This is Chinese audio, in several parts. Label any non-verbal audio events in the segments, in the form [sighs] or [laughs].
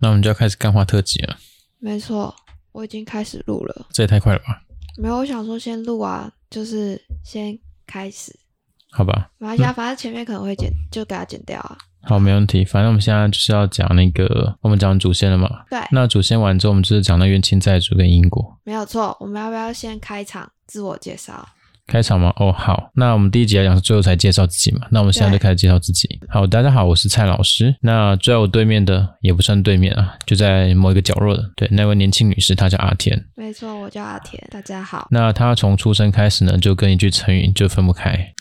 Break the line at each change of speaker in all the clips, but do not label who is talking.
那我们就要开始干话特辑了，
没错，我已经开始录了。
这也太快了吧？
没有，我想说先录啊，就是先开始。
好吧，
马来西啊亚，反正前面可能会剪，就给它剪掉啊。
好，没问题。反正我们现在就是要讲那个，我们讲祖先了嘛。
对，
那祖先完之后，我们就是讲那冤亲债主跟因果。
没有错。我们要不要先开场自我介绍？
开场吗？哦，好。那我们第一集来讲是最后才介绍自己嘛。那我们现在就
对
开始介绍自己。好，大家好，我是蔡老师。那坐在我对面的也不算对面啊，就在某一个角落的，对，那位年轻女士，她叫阿田。
没错，我叫阿田，大家好。
那她从出生开始呢，就跟一句成语就分不开。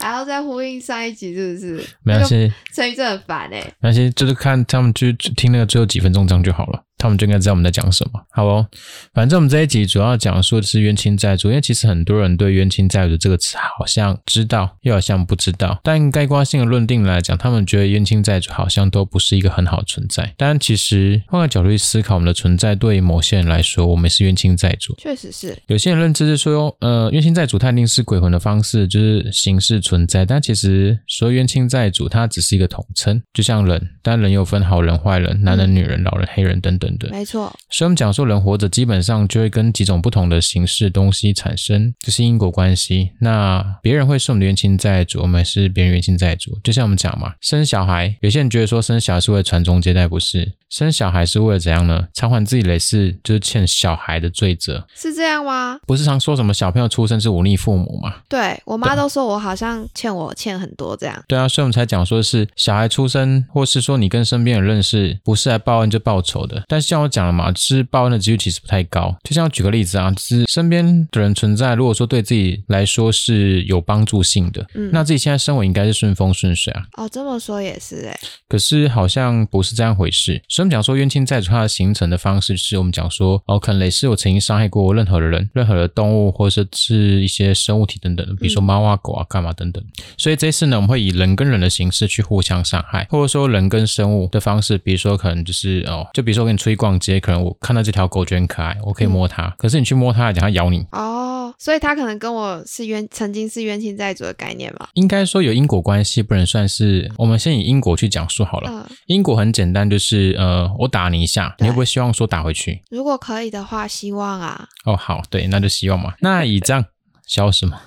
还要再呼应上一集是不是？
没关系，
那个成语真的很烦哎、
那些就是看他们就听那个最后几分钟这样就好了，他们就应该知道我们在讲什么。好哦，反正我们这一集主要讲述的是冤亲债主，因为其实很多人对冤亲债主这个词好像知道，又好像不知道。但概括性的论定来讲，他们觉得冤亲债主好像都不是一个很好的存在。但其实换个角度去思考，我们的存在对于某些人来说，我们是冤亲债主，
确实是。
有些人认知是说，呃，冤亲债主它一定是鬼魂的方式，就是形式存在。但其实所谓冤亲债主，它只是一个统称，就像人，但人有分好人、坏人、男人、女人、老人、黑人等等的。
没错，
所以，我们讲说人活着，基本上就会跟几种不同的形式东西产生，这是因果关系。那别人会是我们的冤亲债主，我们也是别人冤亲债主。就像我们讲嘛，生小孩，有些人觉得说生小孩是为了传宗接代，不是？生小孩是为了怎样呢？偿还自己类似就是欠小孩的罪责。
是这样吗？
不是常说什么小朋友出生是忤逆父母嘛？
对我妈都说我好像欠我欠很多这样。
对啊，所以我们才讲说是小孩出生，或是说你跟身边人认识，不是来报恩就报仇的。但是像我讲了嘛，就是报恩的几率其实不太高。就像我举个例子啊，就是身边的人存在，如果说对自己来说是有帮助性的，
嗯
那自己现在生活应该是顺风顺水啊。
哦，这么说也是哎、
可是好像不是这样回事。所以我们讲说冤亲债主它的形成的方式，是我们讲说哦，可能类似我曾经伤害过任何的人、任何的动物，或者是一些生物体等等的，比如说猫啊、狗啊、干嘛等等。所以这次呢，我们会以人跟人的形式去互相伤害，或者说人跟生物的方式，比如说可能就是哦，就比如说我跟你出去逛街，可能我看到这条狗觉得很可爱，我可以摸它，可是你去摸它来讲，它咬你。
哦，所以他可能跟我是冤，曾经是冤亲债主的概念吧。
应该说有因果关系，不能算是。我们先以因果去讲述好了。
嗯，
因果很简单，就是呃，我打你一下，你
对
会不会希望说打回去？
如果可以的话，希望啊，
哦，好，对，那就希望嘛。那以这样消什
[laughs]
么？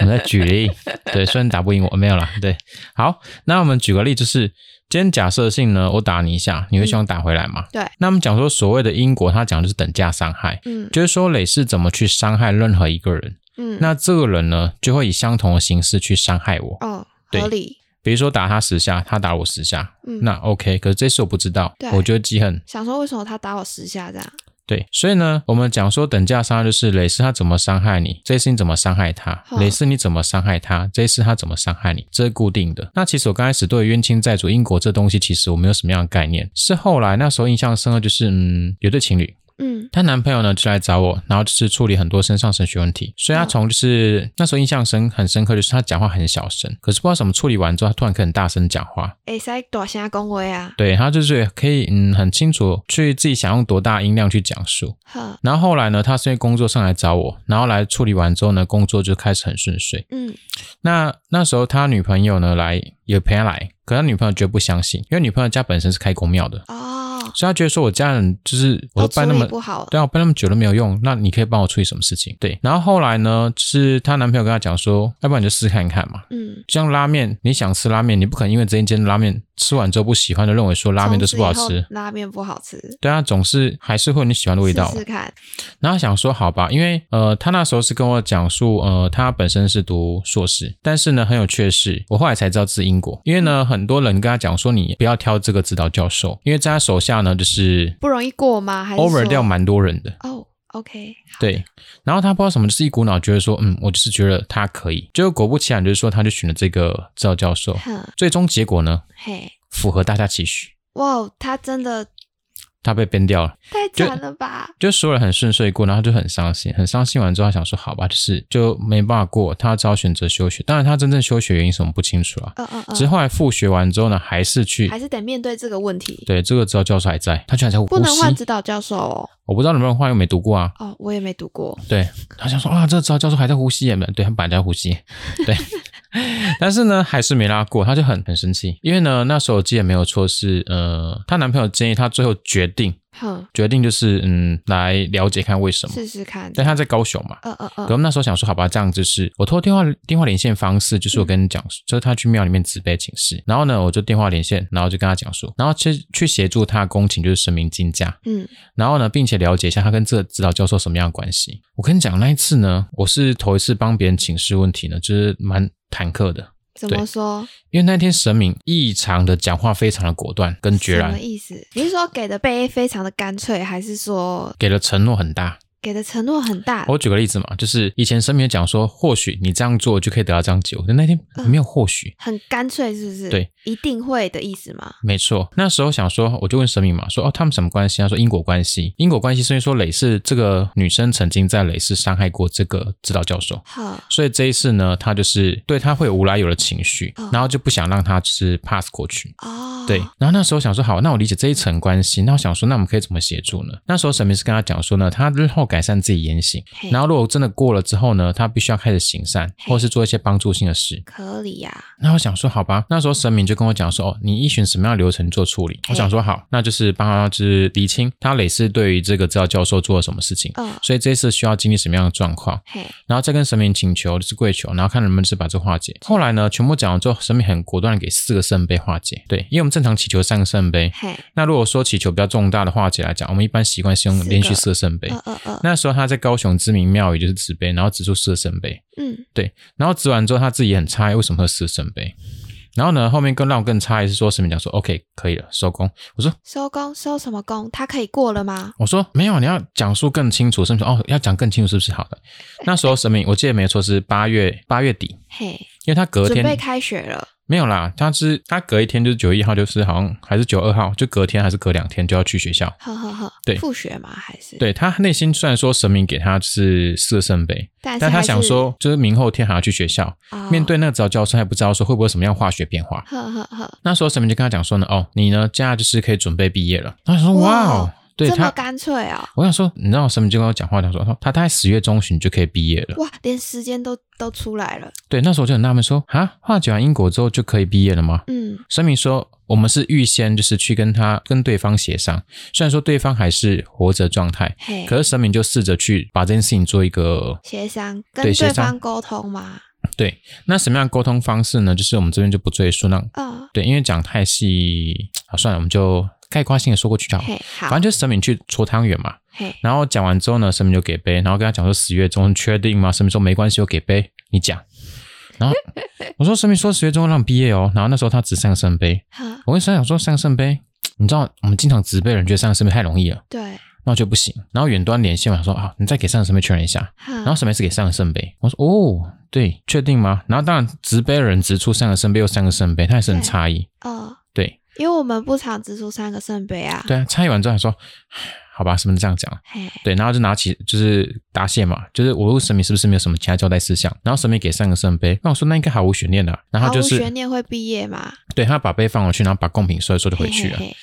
我们再举例，对，虽然打不赢我，没有啦，对，好，那我们举个例，就是今天假设性呢，我打你一下，你会希望打回来吗？
嗯对
那我们讲说所谓的因果，它讲的就是等价伤害，
嗯
就是说累是怎么去伤害任何一个人，
嗯，
那这个人呢，就会以相同的形式去伤害我。
哦，
对
合理，
比如说打他十下，他打我十下，
嗯，
那 OK，可是这次我不知道
对，
我就会记恨，
想说为什么他打我十下这样？
对，所以呢，我们讲说等价伤害就是蕾丝他怎么伤害你，这一次你怎么伤害他，
好
蕾丝你怎么伤害他，这一次他怎么伤害你，这是固定的。那其实我刚开始对于冤亲债主、因果这东西，其实我没有什么样的概念，是后来那时候印象深刻，就是嗯，有对情侣，
嗯，
她男朋友呢就来找我，然后就是处理很多身上神学问题，所以她从就是、那时候印象深很深刻，就是她讲话很小声，可是不知道怎么处理完之后，她突然可以很大声讲话，
哎，塞大声恭维啊，
对她就是可以嗯很清楚去自己想用多大音量去讲述。
呵，
然后后来呢，他是因为工作上来找我，然后来处理完之后呢，工作就开始很顺遂。
嗯，
那那时候他女朋友呢来也陪他来，可他女朋友绝不相信，因为女朋友家本身是开公庙的，
哦，
所以他觉得说我家人就是我
都
都
处
办那
理
么
不好，
对啊，我办那么久都没有用，那你可以帮我处理什么事情？对。然后后来呢，是她男朋友跟她讲说，要不然你就试看看嘛。
嗯，
像拉面，你想吃拉面，你不可能因为这一间拉面吃完之后不喜欢，就认为说拉面就是不好
从此以
吃
后。拉面不好吃，
对啊，总是还是会有你喜欢的味道嘛啊
试。试看，
然后想说好吧，因为呃，他那时候是跟我讲述，呃，他本身是读硕士，但是呢，很有趣的是，我后来才知道是英国，因为呢，
嗯
很多人跟他讲说，你不要挑这个指导教授，因为在他手下呢，就是
不容易过吗？还是
over
说
掉蛮多人的。
哦，OK，好，
对，然后他不知道什么，就是一股脑觉得说，嗯，我就是觉得他可以，结果果不其然，就是说他就选了这个指导教授，
哼，
最终结果呢，
嘿，
符合大家期许，
哇，哦他真的
他被编掉了。
太
就
惨了吧？
就所有人很顺遂过，然后他就很伤心，很伤心完之后，他想说好吧，就是就没办法过，他只好选择休学。当然，他真正休学原因什么不清楚啦。
嗯嗯
只是
嗯，
后来复学完之后呢，还是去
还是得面对这个问题，
对这个指导教授还在，他居然在
不
呼
能换
吸，
指导教授哦。
我不知道能不能换，又没读过啊。
哦，我也没读过，
对，他想说啊，这个指导教授还在呼吸耶，没对他本来在呼吸，对。但是呢，还是没拉过，她就很很生气，因为呢，那时候我记得没有错是，呃，她男朋友建议她最后决定
哼，
决定就是嗯，来了解看为什么。
试试看。
但她在高雄嘛，
呃呃
可我
呃，
们那时候想说，好吧，这样就是我通过电话电话连线方式，就是我跟你讲，就是他去庙里面慈悲请示，然后呢，我就电话连线，然后就跟他讲说，然后去去协助他恭请就是神明金价，
嗯，
然后呢，并且了解一下他跟这个指导教授什么样的关系。我跟你讲，那一次呢，我是头一次帮别人请示问题呢，就是蛮忐忑的，
怎
对
么说？
因为那天神明异常的讲话非常的果断跟决
什么
然，
意思？你是说给的杯非常的干脆，还是说
给了承诺很大。
给的承诺很大？
我举个例子嘛，就是以前神明讲说，或许你这样做就可以得到这样结果，但那天
嗯
没有或许。
很干脆是不是？
对，
一定会的意思吗？
没错，那时候想说，我就问神明嘛，说哦，他们什么关系？他说因果关系。因果关系是因为说，磊是这个女生曾经在磊是伤害过这个指导教授，
哼，
所以这一次呢，她就是对她会有无来由的情绪
哦，
然后就不想让她就是 pass 过去。
哦，
对，然后那时候想说，好，那我理解这一层关系，那我想说，那我们可以怎么协助呢？那时候神明是跟她讲说呢，她日后改善自己言行，
嘿，
然后如果真的过了之后呢，她必须要开始行善，或是做一些帮助性的事。
可以呀，
那我想说，好吧，那时候神明就跟我讲说，哦，你依循什么样的流程做处理？
嘿
我想说，好，那就是帮他就是厘清他累世对于这个指导教授做了什么事情，
嗯，
所以这次需要经历什么样的状况，
嘿，
然后再跟神明请求，就是跪求，然后看能不能是把这化解。后来呢，全部讲完之后，神明很果断的给四个圣杯化解。对，因为我们正常祈求三个圣杯，
嘿，
那如果说祈求比较重大的化解来讲，我们一般习惯是用
四个
连续四个圣杯。
呃呃呃，
那时候他在高雄知名庙宇就是慈悲，然后指出四个圣杯，
嗯，
对，然后指完之后他自己也很诧异，为什么会四圣杯？然后呢，后面更让我更诧异是说，神明讲说 OK 可以了，收工。我说
收工收什么工？他可以过了吗？
我说没有，啊你要讲述更清楚，神明说哦要讲更清楚是不是好的？那时候神明我记得没错是八月八月底，
嘿，
因为他隔
准备
天
开学了，
没有啦，他是他隔一天就是九一号，就是好像还是九二号，就隔天还是隔两天就要去学校。
呵呵呵，
对
复学吗？还是，
对他内心虽然说神明给他是四圣杯，
但
但
他
他想说就是明后天还要去学校，
哦
面，对那个指导教授还不知道说会不会有什么样的化学变化。
呵呵呵，
那时候神明就跟他讲说呢，哦，你呢，现在就是可以准备毕业了。然后他说，
哇
哇哦，对
这么
他，
干脆哦，
我想说，你知道神明就跟我讲话，讲说，他大概十月中旬就可以毕业了。
哇，连时间都都出来了，
对，那时候我就很纳闷说，啊，化解完因果之后就可以毕业了吗？
嗯，
神明说，我们是预先就是去跟他跟对方协商，虽然说对方还是活着状态，
嘿，
可是神明就试着去把这件事情做一个
协商跟
对协
对
商
方沟通嘛，
对，那什么样的沟通方式呢？就是我们这边就不赘述，那
嗯，
对，因为讲太细，好，算了，我们就概括性的说过去就好了。
嘿，好
哦反，正就是神明去搓汤圆嘛。
嘿，
然后讲完之后呢，神明就给杯，然后跟他讲说十月中确定吗？神明说没关系，我给杯，你讲。然后 [laughs] 我说神明说十月中让你毕业哦。然后那时候他只上圣杯，
呵，
我跟神明讲说上圣杯，你知道我们经常植被人觉得上圣杯太容易了，
对，
那我觉得不行。然后远端连线嘛，说啊，你再给上圣杯确认一下。
啊
然后
哈，
神明是给上圣杯，我说哦，对，确定吗？然后当然植杯人植出三个圣杯又三个圣杯，他也是很
对
诧异。
呃，
对
因为我们不常只出三个圣杯啊，
对啊，诧异完之后还说， [sighs] 好吧，神明这样讲。
嘿，
对，然后就拿起就是答谢嘛，就是我问神明是不是没有什么其他交代事项，然后神明给三个圣杯，那我说那应该毫无悬念的啊、然后
毫
他就
无
是
悬念会毕业嘛，
对他把杯放回去，然后把贡品收一收就回去啊了。
嘿嘿嘿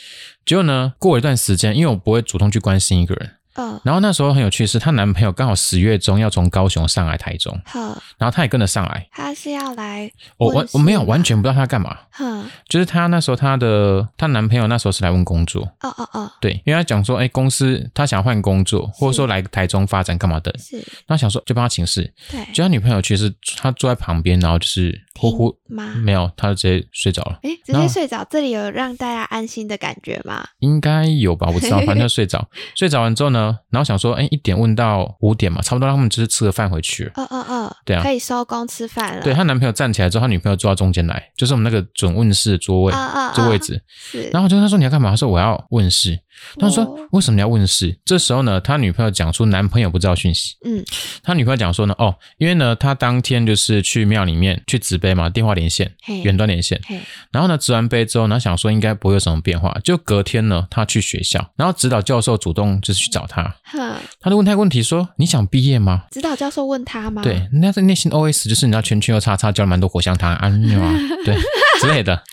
结果呢，过了一段时间，因为我不会主动去关心一个人，
嗯，
然后那时候很有趣的是，她男朋友刚好十月中要从高雄上来台中，
呵，
然后她也跟着上来，
他是要来，
我
问
完
事
我没有
吗
完全不知道她干嘛，
哼，
就是她那时候她的她男朋友那时候是来问工作。
哦哦哦，
对，因为她讲说，哎，公司她想要换工作，或者说来台中发展干嘛的，
是，
那想说就帮她请示，
对，
就他女朋友其实她坐在旁边，然后就是呼呼，
听吗？
没有，她就直接睡着了，
哎，直
然后
接睡着，这里有让大家安心的感觉吗？
应该有吧？我不知道，反正她睡
[laughs]
着。睡着完之后呢，然后想说，哎，一点问到五点嘛，差不多他们就是吃个饭回去了。
嗯嗯嗯，
对啊
可以收工吃饭了。
对她男朋友站起来之后，她女朋友坐到中间来，就是我们那个准问室座位
啊啊啊
这位置。
是，
然后我就跟她说你要干嘛？她说我要问事。她说
哦
为什么你要问事？这时候呢，她女朋友讲出男朋友不知道讯息。
嗯，
她女朋友讲说呢，哦，因为呢，她当天就是去庙里面去值杯嘛，电话连线
嘿，
远端连线。
嘿，
然后呢，值完杯之后呢，想说应该不会有什么变化。就隔天呢，他去学校，然后指导教授主动就是去找他，
哼，
他就问他一个问题说：“你想毕业吗
指导教授问他？”吗？
对，那内心 OS 就是你知道圈圈又叉叉，教了蛮多火象汤啊，你知道吗对之类的。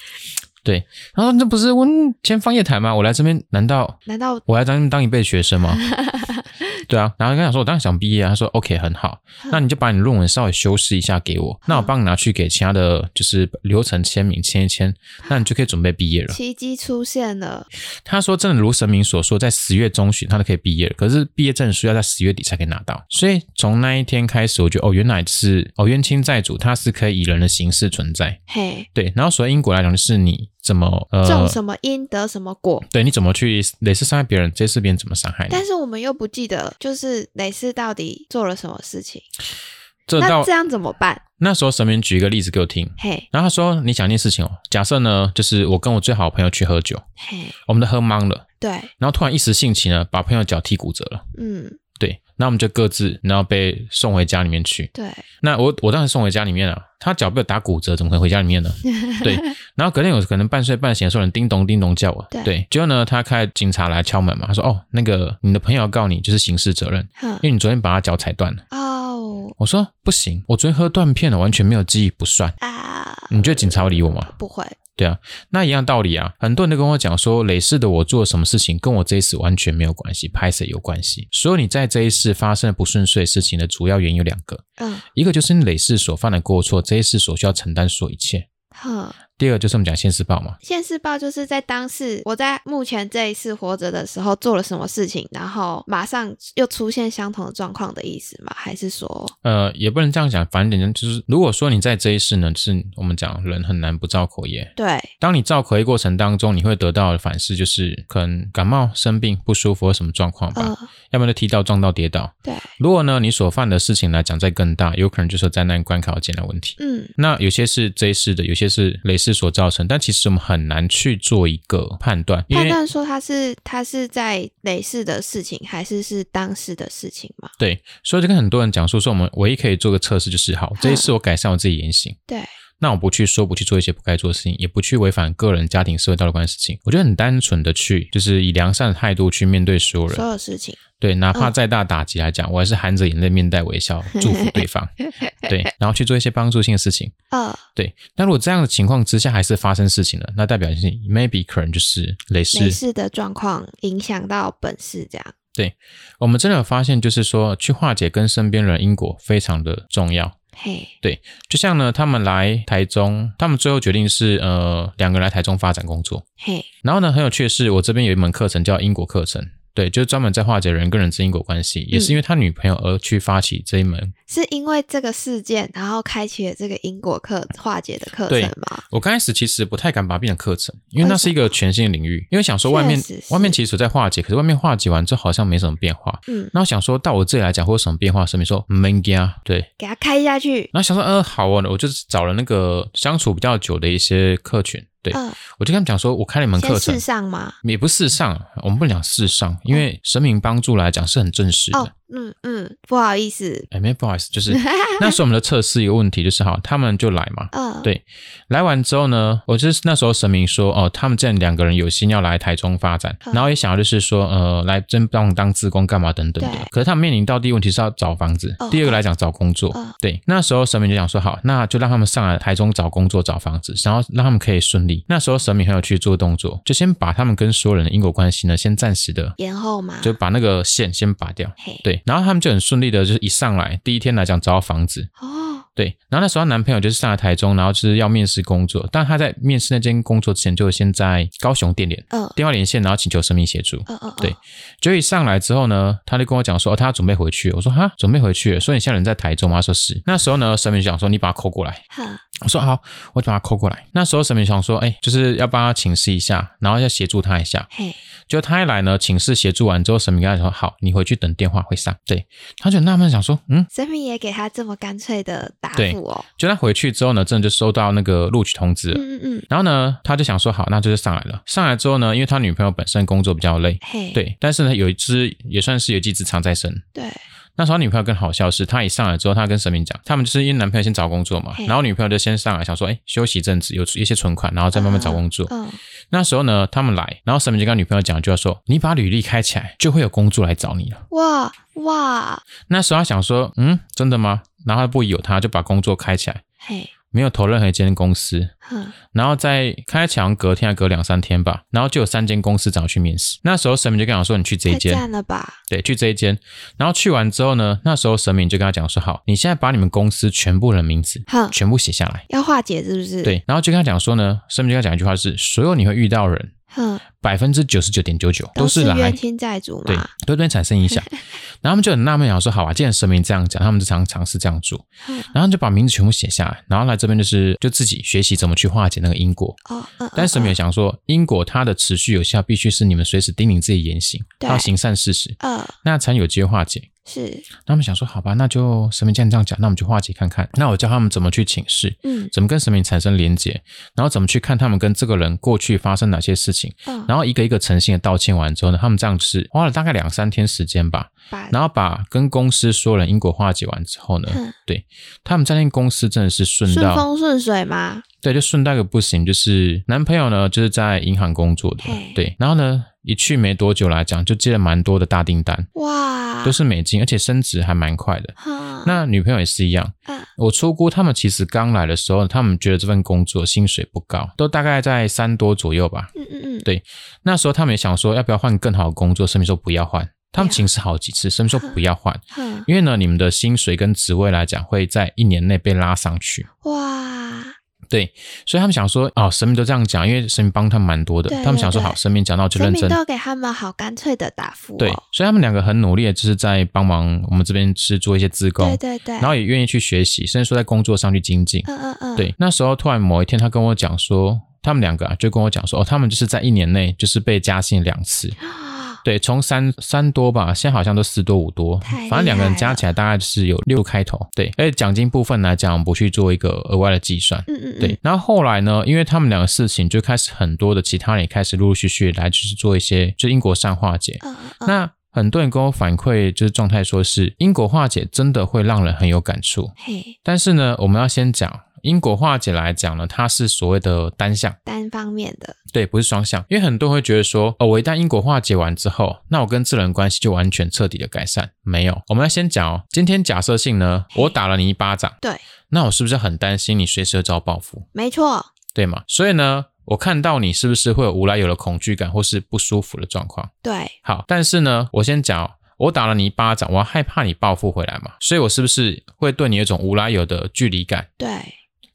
对，他说这不是问天方夜谭吗？我来这边难道
难道
我来当当一辈子学
[laughs]
生吗？对啊，然后跟他说我当然想毕业啊，他说 OK 很好，
嗯
那你就把你论文稍微修饰一下给我，那我帮你拿去给其他的就是流程签名签一
嗯
签，那你就可以准备毕业了。
奇迹出现了？
他说真的如神明所说，在十月中旬他就可以毕业了，可是毕业证书要在十月底才可以拿到。所以从那一天开始，我觉得哦，原来是哦冤亲债主，他是可以以人的形式存在。
嘿，
对，然后所谓因果来讲，就是你怎么
种
呃，嗯
什么因得什么果？
对你怎么去累是伤害别人，这次别人怎么伤害你
但，是我们又不记得，就是蕾丝到底做了什么事情？
这
那
到
这样怎么办？
那时候神明举一个例子给我听。
嘿，
然后他说：“你想一件事情哦，假设呢，就是我跟我最好的朋友去喝酒，
嘿，
我们都喝懵了，
对，
然后突然一时兴起呢，把朋友脚踢骨折了。
嗯，
对，那我们就各自，然后被送回家里面去。
对，
那我我当时送回家里面了、啊他脚被我打骨折，怎么可能回家里面呢？对，然后隔天有可能半睡半醒的时候，人叮咚叮咚叫我，
对
结果呢，他开警察来敲门嘛，他说：哦，那个你的朋友要告你就是刑事责任，
哼
因，为你昨天把他脚踩断了。”
哦
我说不行，我昨天喝断片了，完全没有记忆，不算。
啊，
你觉得警察会理我吗？
不会，
对啊，那一样道理啊。很多人都跟我讲说，累世的我做了什么事情跟我这一世完全没有关系，拍谁有关系。所有你在这一世发生的不顺遂事情的主要原因有两个，
嗯，
一个就是你累世所犯的过错，这一世所需要承担所一切；
哼。
第二个就是我们讲现世报嘛。
现世报就是在当世，我在目前这一世活着的时候做了什么事情，然后马上又出现相同的状况的意思吗？还是说，
呃，也不能这样讲，反正就是，如果说你在这一世呢，就是我们讲人很难不造口业。
对，
当你造口业过程当中，你会得到的反噬就是可能感冒、生病、不舒服或什么状况吧，
嗯，
要不然就踢到、撞到、跌倒。
对，
如果呢，你所犯的事情来讲再更大，有可能就是灾难关卡的艰难问题。
嗯，
那有些是这一世的，有些是累世所造成，但其实我们很难去做一个判断，因
判
为
断说他是他是在累世的事情，还是是当时的事情嘛？
对，所以就跟很多人讲述说，我们唯一可以做个测试就是，好，这一次我改善我自己言行，
对，
那我不去说，不去做一些不该做的事情，也不去违反个人、家庭、社会道德观的事情，我觉得很单纯的去，就是以良善的态度去面对所有人
所，有事情，
对，哪怕再大打击来
嗯
讲，我还是含着眼泪、面带微笑祝福对
[laughs]
方，对，然后去做一些帮助性的事情。
呃，
对，那如果这样的情况之下还是发生事情了，那代表是 maybe 可能就是类
累
似。
世的状况影响到本世这样。
我们真的有发现，就是说去化解跟身边人因果非常的重要。
嘿，
就像呢，他们来台中，他们最后决定是呃两个人来台中发展工作。
嘿，
然后呢，很有趣的是，我这边有一门课程叫因果课程，对，就是专门在化解人跟人之因果关系，也是因
嗯
为他女朋友而去发起这一门。
是因为这个事件，然后开启了这个因果课化解的课程
对
吗？
我刚开始其实不太敢把它变成课程，因为那是一个全新的领域，因为想说外面
确实是
外面其实有在化解，可是外面化解完之后好像没什么变化。
嗯，
那我想说，到我这里来讲会有什么变化？神明说没呀，对。
给他开下去。
然后想说，呃，好哦，我就是找了那个相处比较久的一些客群，对、
嗯，
我就跟他们讲说，我开了一门
先
课程
试，上吗？
也不是上，我们不能讲是上，因为神明帮助来讲是很正式的。
哦，嗯嗯，不好意思，
哎，没不好意思，
[laughs]
就是那时候我们的测试一个问题就是，好，他们就来嘛，
嗯，
对来完之后呢，我就是那时候神明说，哦，他们这两个人有心要来台中发展，
嗯
然后也想要就是说，呃，来真帮我当志工干嘛等等的
对。
可是他们面临到第一个问题是要找房子，
嗯
第二个来讲找工作。
嗯
对，那时候神明就想说，好，那就让他们上来台中找工作、找房子，然后让他们可以顺利。那时候神明很有去做动作，就先把他们跟所有人的因果关系呢，先暂时的
延后嘛，
就把那个线先拔掉。
嘿，
对，然后他们就很顺利的，就是一上来第一天来讲找到房子，
哦，
对，然后那时候她男朋友就是上来台中，然后就是要面试工作，但她在面试那间工作之前，就先在高雄电联
嗯
电话连线，然后请求神明协助。
嗯嗯，嗯
对，就一上来之后呢，他就跟我讲说，哦，他要准备回去了。我说哈，准备回去了，所以你现在人在台中吗？他说是。那时候呢，神明就想说，你把他扣过来。
哼，
我说好，我就把他扣过来。那时候神明想说，哎，就是要帮他请示一下，然后要协助他一下。
嘿，
就他一来呢，请示协助完之后，神明跟他说，好，你回去等电话会上。对，他就很纳闷想说，嗯，
神明也给他这么干脆的答
对
复哦，
就他回去之后呢，真的就收到那个录取通知了。
嗯嗯嗯，
然后呢，他就想说好，那就是上来了。上来之后呢，因为他女朋友本身工作比较累，
嘿，
对，但是呢，有一只也算是有一技之长在身。
对，
那时候他女朋友更好笑的是，他一上来之后，他跟神明讲，他们就是因为男朋友先找工作嘛
嘿，
然后女朋友就先上来想说，哎，休息一阵子，有一些存款，然后再慢慢找工作。
嗯，
那时候呢，他们来，然后神明就跟他女朋友讲，就要说，你把履历开起来，就会有工作来找你了。
哇哇，
那时候他想说，嗯，真的吗？然后他不疑有他，就把工作开起来。
嘿，
没有投任何一间公司，
哼，
然后在开抢隔天还隔两三天吧，然后就有三间公司找我去面试。那时候神明就跟我讲说，你去这一
太
间，
赞了吧？
对，去这一间。然后去完之后呢，那时候神明就跟他讲说，好，你现在把你们公司全部人名字
哼，
全部写下来。
要化解是不是？，
对，然后就跟他讲说呢，神明就跟他讲一句话是，所有你会遇到的人，
哼，
百分之九十九点九九
都
是来
冤亲债主
对
嘛。，
都对你产生影
[laughs]
响。然后他们就很纳闷，想说好啊，既然神明这样讲，他们就常尝试这样做，
嗯
然后就把名字全部写下来，然后来这边就是就自己学习怎么去化解那个因果。
哦，嗯，
但是神明
嗯
有想说，因果它的持续有效，必须是你们随时叮咛自己言行，
对
要行善事实，
嗯嗯
那才有机会化解。
是，
那他们想说，好吧，那就神明既然这样讲，那我们就化解看看。那我教他们怎么去请示，
嗯
怎么跟神明产生连结，然后怎么去看他们跟这个人过去发生哪些事情，
嗯，
然后一个一个诚心的道歉完之后呢，他们这样是花了大概两三天时间吧，
把
然后把跟公司所有人因果化解完之后呢，
哼
对他们在那间公司真的是顺
嗯顺
道，
风顺水嘛，
对，就顺道个不行，就是男朋友呢就是在银行工作的
嘿，
对，然后呢一去没多久来讲就接了蛮多的大订单，
哇，
都是美金，而且升值还蛮快的。
哼，
那女朋友也是一样，
嗯
我出估他们其实刚来的时候，他们觉得这份工作薪水不高，都大概在三多左右吧。
嗯嗯嗯，
对那时候他们也想说要不要换更好的工作，生明说不要换。他们
对啊
请示好几次，生明说
[laughs]
不要换，
嗯哼，
因为呢，你们的薪水跟职位来讲会在一年内被拉上去。
哇，
对，所以他们想说，哦，神明都这样讲，因为神明帮他们蛮多的，
对
他们想说，
对对
好，神明讲到就
神
认
明
真。
都给他们好干脆的答复
对
哦，，
所以他们两个很努力，的就是在帮忙我们这边是做一些自工
对，对对，
然后也愿意去学习，甚至说在工作上去精进。
嗯嗯嗯，
对，那时候突然某一天，他跟我讲说，他们两个啊，就跟我讲说，哦，他们就是在一年内就是被加薪两次，
啊，
对，从三三多吧，现在好像都四多五多
太厉，
反正两个人
害
加
了
起来大概是有六开头。对，而且奖金部分来讲，我们不去做一个额外的计算。
嗯嗯
对
嗯，，
然后后来呢？因为他们两个事情就开始很多的其他人也开始陆陆续续来，就是做一些就因果善化解。
嗯嗯嗯，
那很多人跟我反馈就是状态，说是因果化解真的会让人很有感触。
嘿，
但是呢，我们要先讲因果化解来讲呢，它是所谓的单向，
单方面的，
对，不是双向，因为很多人会觉得说，哦，我一旦因果化解完之后，那我跟自然关系就完全彻底的改善。没有，我们要先讲哦，今天假设性呢，我打了你一巴掌，
对，
那我是不是很担心你随时会遭报复，
没错，
对吗？所以呢，我看到你是不是会有无来由的恐惧感或是不舒服的状况？
对，
好，但是呢，我先讲哦、我打了你一巴掌，我要害怕你报复回来嘛，所以我是不是会对你有一种无来由的距离感？
对，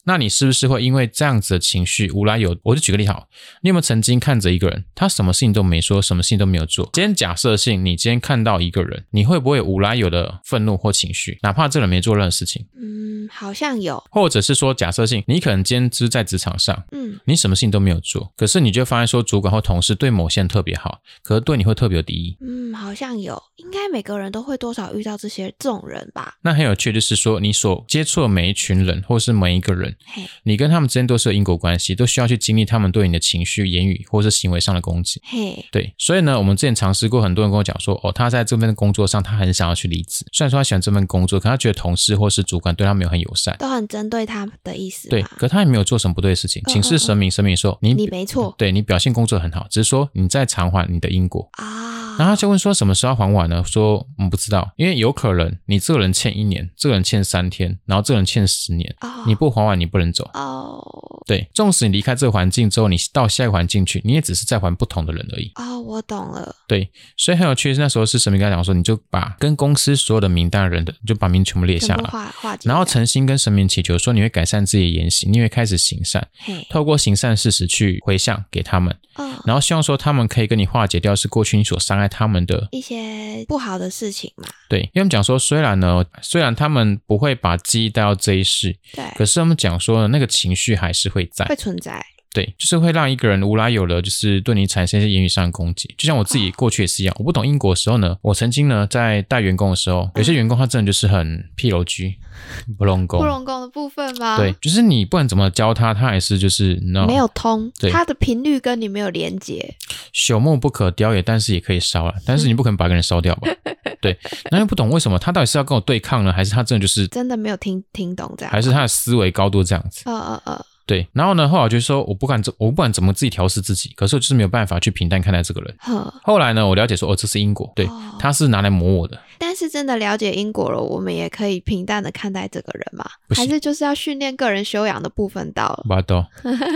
那你是不是会因为这样子的情绪无来由？我就举个例好，你有没有曾经看着一个人，他什么事情都没说，什么事情都没有做？今天假设性，你今天看到一个人，你会不会无来由的愤怒或情绪？哪怕这个人没做任何事情，
嗯，好像有，
或者是说假设性，你可能今天只是在职场上，
嗯，
你什么事情都没有做，可是你就发现说主管或同事对某些人特别好，可是对你会特别有敌意。
嗯，好像有，应该每个人都会多少遇到这些这种人吧？
那很有趣，就是说你所接触的每一群人，或是每一个人，
嘿，
你跟他们之间都是有因果关系，都需要去经历他们对你的情绪、言语或是行为上的攻击。
嘿，
对，所以呢，我们之前尝试过，很多人跟我讲说，哦，他在这份工作上，他很想要去离职。虽然说他喜欢这份工作，可他觉得同事或是主管对他没有很友善，
都很针对他的意思
对，
嘛？
可他也没有做什么不对的事情。
啊嗯
请示神明，神明说你
你没错
对你表现工作很好，只是说你在偿还你的因果。
啊，
然后他就问说什么时候要还完呢？说嗯不知道，因为有可能你这个人欠一年，这个人欠三天，然后这个人欠十年，
哦
你不还完你不能走。
哦
对，纵使你离开这个环境之后，你到下一个环境去，你也只是在还不同的人而已。
哦，我懂了，
对，所以很有趣。那时候是神明跟他讲说，你就把跟公司所有的名单的人的，你就把名全部列下
全部
来，
化化解掉，
然后诚心跟神明祈求说，你会改善自己的言行，你会开始行善，
嘿，
透过行善事实去回向给他们，
嗯，
然后希望说他们可以跟你化解掉是过去你所伤害他们的。
一些不好的事情嘛，
对，因为我们讲说，虽然呢，虽然他们不会把记忆带到这一世，
对，
可是我们讲说呢，那个情绪还是会在
会。存在，
对，就是会让一个人无来由的，就是对你产生一些言语上的攻击。就像我自己过去也是一样，我不懂因果的时候呢，我曾经呢在带员工的时候，有些员工他真的就是很屁楼居，不拢
不
工。
龙宫的部分吗？
对，，就是你不管怎么教他，他还是就是那
没有通
对，
它的频率跟你没有连接，
朽木不可雕也，但是也可以烧了，但是你不可能把一个人烧
[laughs]
掉吧？对，那又不懂为什么他到底是要跟我对抗呢，还是他真的就是，
真的没有听听懂这样，
还是他的思维高度这样子？
呃呃呃，
对，然后呢，后来我就说我不管怎我不管怎么自己调试自己，可是我就是没有办法去平淡看待这个人。
呵，
后来呢，我了解说哦，这是因果，对
哦，
他是拿来磨我的。
但是真的了解因果了，我们也可以平淡的看待这个人嘛？
不
还
行
是就是要训练个人修养的部分到了
我
[laughs]
懂，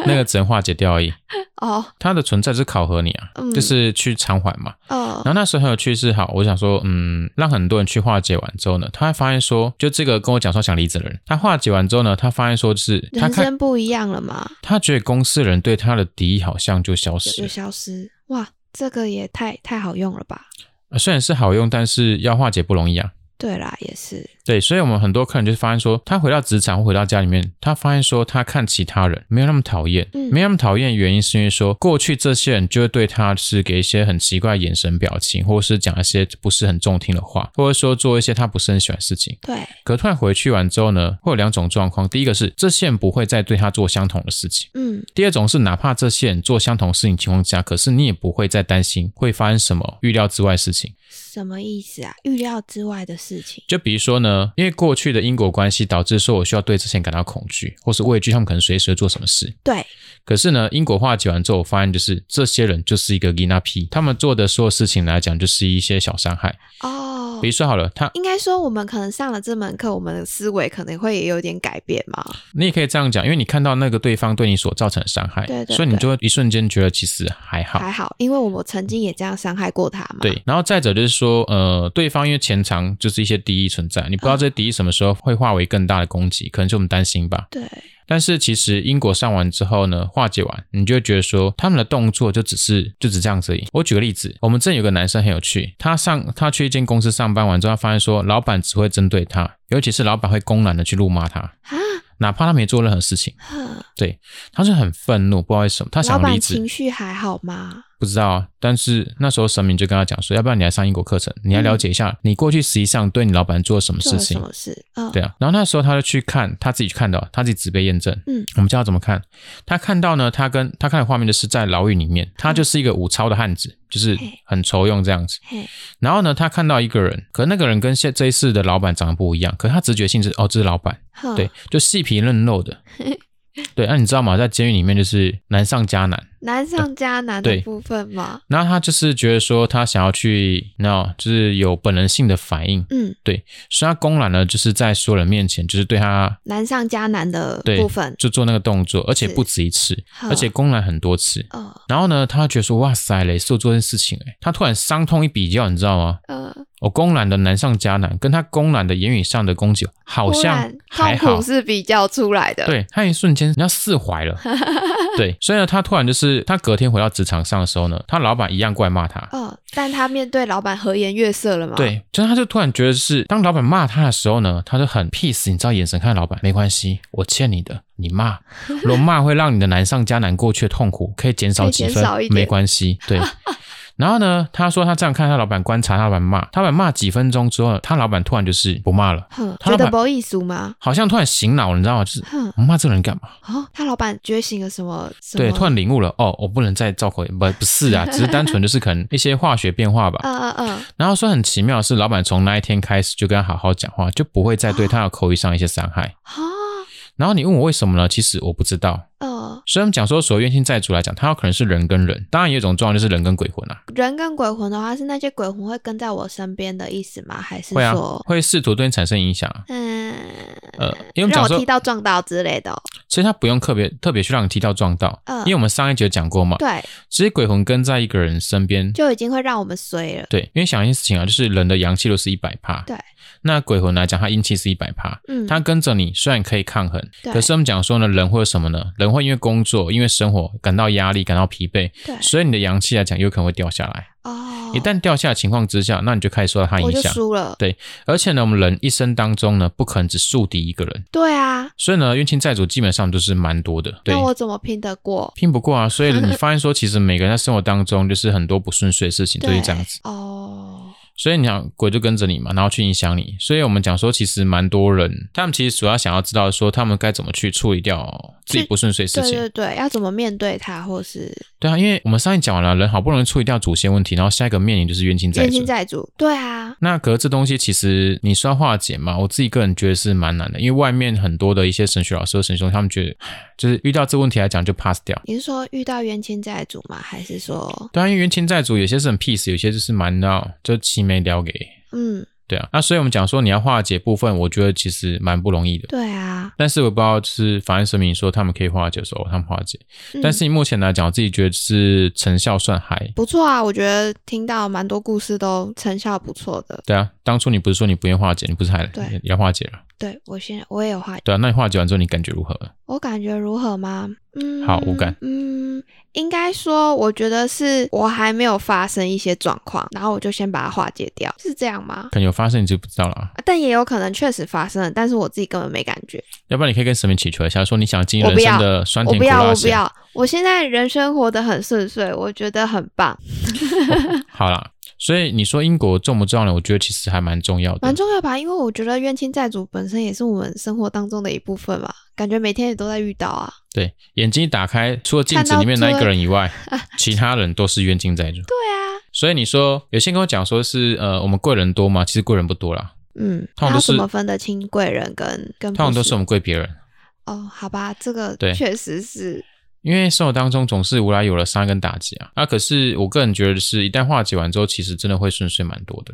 那个只能化解掉而已。
哦，
它的存在是考核你啊，
嗯
就是去偿还嘛。
呃
然，后那时候很有趣是，好，我想说，嗯，让很多人去化解完之后呢，他还发现说，就这个跟我讲说想离职的人，他化解完之后呢，他发现说是他
人
看
生不一样了嘛，
他觉得公司人对他的敌意好像就消
就
失
就
了，
消失哇，这个也太太好用了吧？
呃虽然是好用，但是要化解不容易啊。
对啦，也是，
对，所以我们很多客人就是发现说，他回到职场或回到家里面，他发现说他看其他人没有那么讨厌，
嗯
没有那么讨厌，原因是因为说过去这些人就会对他是给一些很奇怪的眼神、表情，或者是讲一些不是很中听的话，或者说做一些他不是很喜欢的事情。
对，
可突然回去完之后呢，会有两种状况，第一个是这些人不会再对他做相同的事情。
嗯，
第二种是，哪怕这些人做相同事情情况下，可是你也不会再担心会发生什么预料之外的事情。
什么意思啊？预料之外的事情，
就比如说呢，因为过去的因果关系导致说我需要对这些人感到恐惧或是畏惧，他们可能随时会做什么事。
对，
可是呢，因果化解完之后，我发现就是这些人就是一个 g i n a p 他们做的所有事情来讲就是一些小伤害。
哦
比。如说好了，他
应该说，我们可能上了这门课，我们的思维可能会也有点改变嘛。
你也可以这样讲，因为你看到那个对方对你所造成的伤害，
对对
所以你
对
就会一瞬间觉得其实还好。
还好，因为我们曾经也这样伤害过他嘛。
对，然后再者就是说，呃，对方因为潜藏就是一些敌意存在，你不
嗯
知道这些敌意什么时候会化为更大的攻击，可能是我们担心吧。
对，
但是其实因果上完之后呢，化解完，你就会觉得说他们的动作就只是就只这样子而已。我举个例子，我们这有个男生很有趣，他上他去一间公司上班完之后，他发现说老板只会针对他，尤其是老板会公然的去辱骂他，
啊，
哪怕他没做任何事情，
哼
对，他就很愤怒，不知道为什么，他
老
想离
板
职
情，绪还好吗？
不知道啊。但是那时候神明就跟他讲说，要不然你来上因果课程，你来了解一下、你过去实际上对你老板做了什么
做
事
了
情
什。么事？嗯，
对啊，然后那时候他就去看，他自己去看到，他自己直被验证。
嗯，
我们教他怎么看。他看到呢，他跟他看的画面就是在牢狱里面，他就是一个武操的汉子，就是很愁用这样子。
嘿，
然后呢，他看到一个人，可那个人跟现这一次的老板长得不一样，可他直觉性是哦，这是老板，
哼
对，，就细皮嫩肉的。对，啊那、你知道吗？在监狱里面就是难上加难。
难上加难的
对
部分吗？
然后他就是觉得说，他想要去，那就是有本能性的反应，
嗯，
所以他公然呢，就是在所有人面前，就是对他
难上加难的
对
部分，
就做那个动作，而且
是嗯
不止一次，
好
而且公然很多次。
呃
然后呢，他觉得说，哇塞，雷是我做这件事情、欸，他突然伤痛一比较，你知道吗？
呃，
我公然的难上加难，跟他公然的言语上的攻击，好
忽
像
然
还
痛
好
苦。是比较出来的，，
对他一瞬间，人家释怀
[laughs]
了。对，所以呢，他突然就是他隔天回到职场上的时候呢，他老板一样过来骂他。
呃，但他面对老板和颜悦色了嘛？，
对，就是他就突然觉得是，当老板骂他的时候呢，他就很 peace，你知道，眼神看老板没关系，我欠你的，你骂，如果骂会让你的难上加难，过去的痛苦可以减少
可以
几
减
分
少一，点
没关系，
[laughs]
对。然后呢，他说他这样看他老板观察他老板骂，他老板骂几分钟之后呢，他老板突然就是不骂了，
哼，
他
觉
老
得
板
不艺术吗？
好像突然醒脑了，你知道吗？就是
哼，
我骂这个人干
[laughs]
嘛？
哦，他老板觉醒了什么？什
对，
么
突然领悟了，哦，我不能再造口业，不不是啊，只是单纯就是可能一些化学变化吧。
嗯嗯嗯，
然后说很奇妙的是，老板从那一天开始就跟他好好讲话，就不会再对他的口语上一些伤害。
啊，
然后你问我为什么呢？其实我不知道。
呃，
所以我们讲说，所谓冤亲债主来讲，他有可能是人跟人，当然也有一种状况就是人跟鬼魂啊，
人跟鬼魂的话，是那些鬼魂会跟在我身边的意思吗？还是
会啊
说，，
会试图对你产生影响啊。
嗯，
呃，因为我们
让
讲
我
说
踢，到撞到之类的哦、
其实他不用特别特别去让你踢到撞到，
嗯
因为我们上一集有讲过嘛，
对，
其实鬼魂跟在一个人身边，
就已经会让我们衰了。
对，因为想一件事情啊，就是人的阳气都是一百趴，
对，
那鬼魂来讲，他阴气是一百趴，
嗯，
它跟着你虽然可以抗衡，
对
可是我们讲说呢，人会有什么呢？人会因为工作、因为生活感到压力、感到疲惫，
对
所以你的阳气来啊讲有可能会掉下来。
哦，
一旦掉下来的情况之下，那你就开始受到它
我
影
就
响。
输了。
而且呢，我们人一生当中呢，不可能只树敌一个人，
对啊，
所以呢，冤亲债主基本上都是蛮多的。对
那。我怎么拼得过？
拼不过啊，
[laughs]
所以你发现说，其实每个人在生活当中，就是很多不顺遂的事情都是这样子。
哦，
所以你想鬼就跟着你嘛，然后去影响你。所以我们讲说，其实蛮多人，他们其实主要想要知道说，他们该怎么去处理掉自己不顺遂的事
对
情。
对对，要怎么面对它，或是
对啊，因为我们上一讲完了，人好不容易处理掉祖先问题，然后下一个面临就是冤亲债
冤
主
亲。债主？对啊，
那可是这东西其实你说要化解嘛，我自己个人觉得是蛮难的，因为外面很多的一些神学老师、神学中，他们觉得唉就是遇到这问题啊来讲就 pass 掉。
你是说遇到冤亲债主吗？还是说，
对啊，因为冤亲债主有些是很 peace，有些就是蛮到就七眉撩给。
嗯，
对啊，那所以我们讲说你要化解部分，我觉得其实蛮不容易的。
对啊，
但是我不知道，就是法案声明说他们可以化解的时候，他们化解。
嗯
但是以目前来讲，我自己觉得是成效算还。
不错啊，我觉得听到蛮多故事都成效不错的。
对啊，当初你不是说你不愿化解，你不是还
对
要化解了？
对我现在我也有话，
对啊，那你化解完之后，你感觉如何？
我感觉如何吗？嗯，
好无感。
嗯，应该说，我觉得是我还没有发生一些状况，然后我就先把它化解掉，是这样吗？
可能有发生你就不知道了啊。
啊但也有可能确实发生了，但是我自己根本没感觉。
要不然你可以跟神明祈求一下，说你想经历
我
人
不要
生的酸
我
甜
不
苦
要，
辣
我不
咸。
要，我现在人生活得很顺遂，我觉得很棒，
好啦，所以你说因果重不重要呢？我觉得其实还蛮重要的
蛮。重要吧？因为我觉得冤亲债主本身也是我们生活当中的一部分嘛，感觉每天也都在遇到啊。
对，眼睛一打开，除了镜子
看到
里面那一
这
个人以外，
[laughs]
其他人都是冤亲债主。
对啊，
所以你说有些人跟我讲说是呃我们贵人多嘛，其实贵人不多啦，
嗯，
通常
然
都
后
是
怎么分得清贵人跟跟
通常都
不
是我们贵别人。
哦，好吧，这个
对
确实是
因为生活当中总是无来有了伤跟打击啊，啊，可是我个人觉得是一旦化解完之后，其实真的会顺遂蛮多的。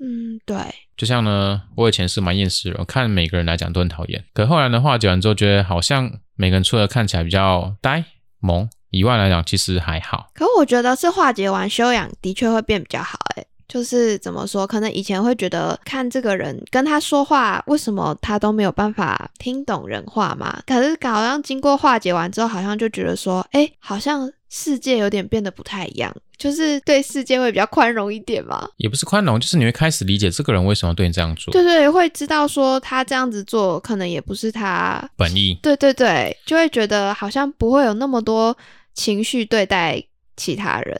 嗯，对，
就像呢，我以前是蛮厌世人，我看每个人来讲都很讨厌。可后来呢，化解完之后，觉得好像每个人除了看起来比较呆萌以外来讲，其实还好。
可我觉得是化解完修养的确会变比较好、欸，就是怎么说，可能以前会觉得看这个人跟他说话，为什么他都没有办法听懂人话嘛？可是好像经过化解完之后，好像就觉得说，哎、好像世界有点变得不太一样，就是对世界会比较宽容一点嘛。
也不是宽容，就是你会开始理解这个人为什么对你这样做，
对对，会知道说他这样子做，可能也不是他
本意。
对对对，就会觉得好像不会有那么多情绪对待其他人。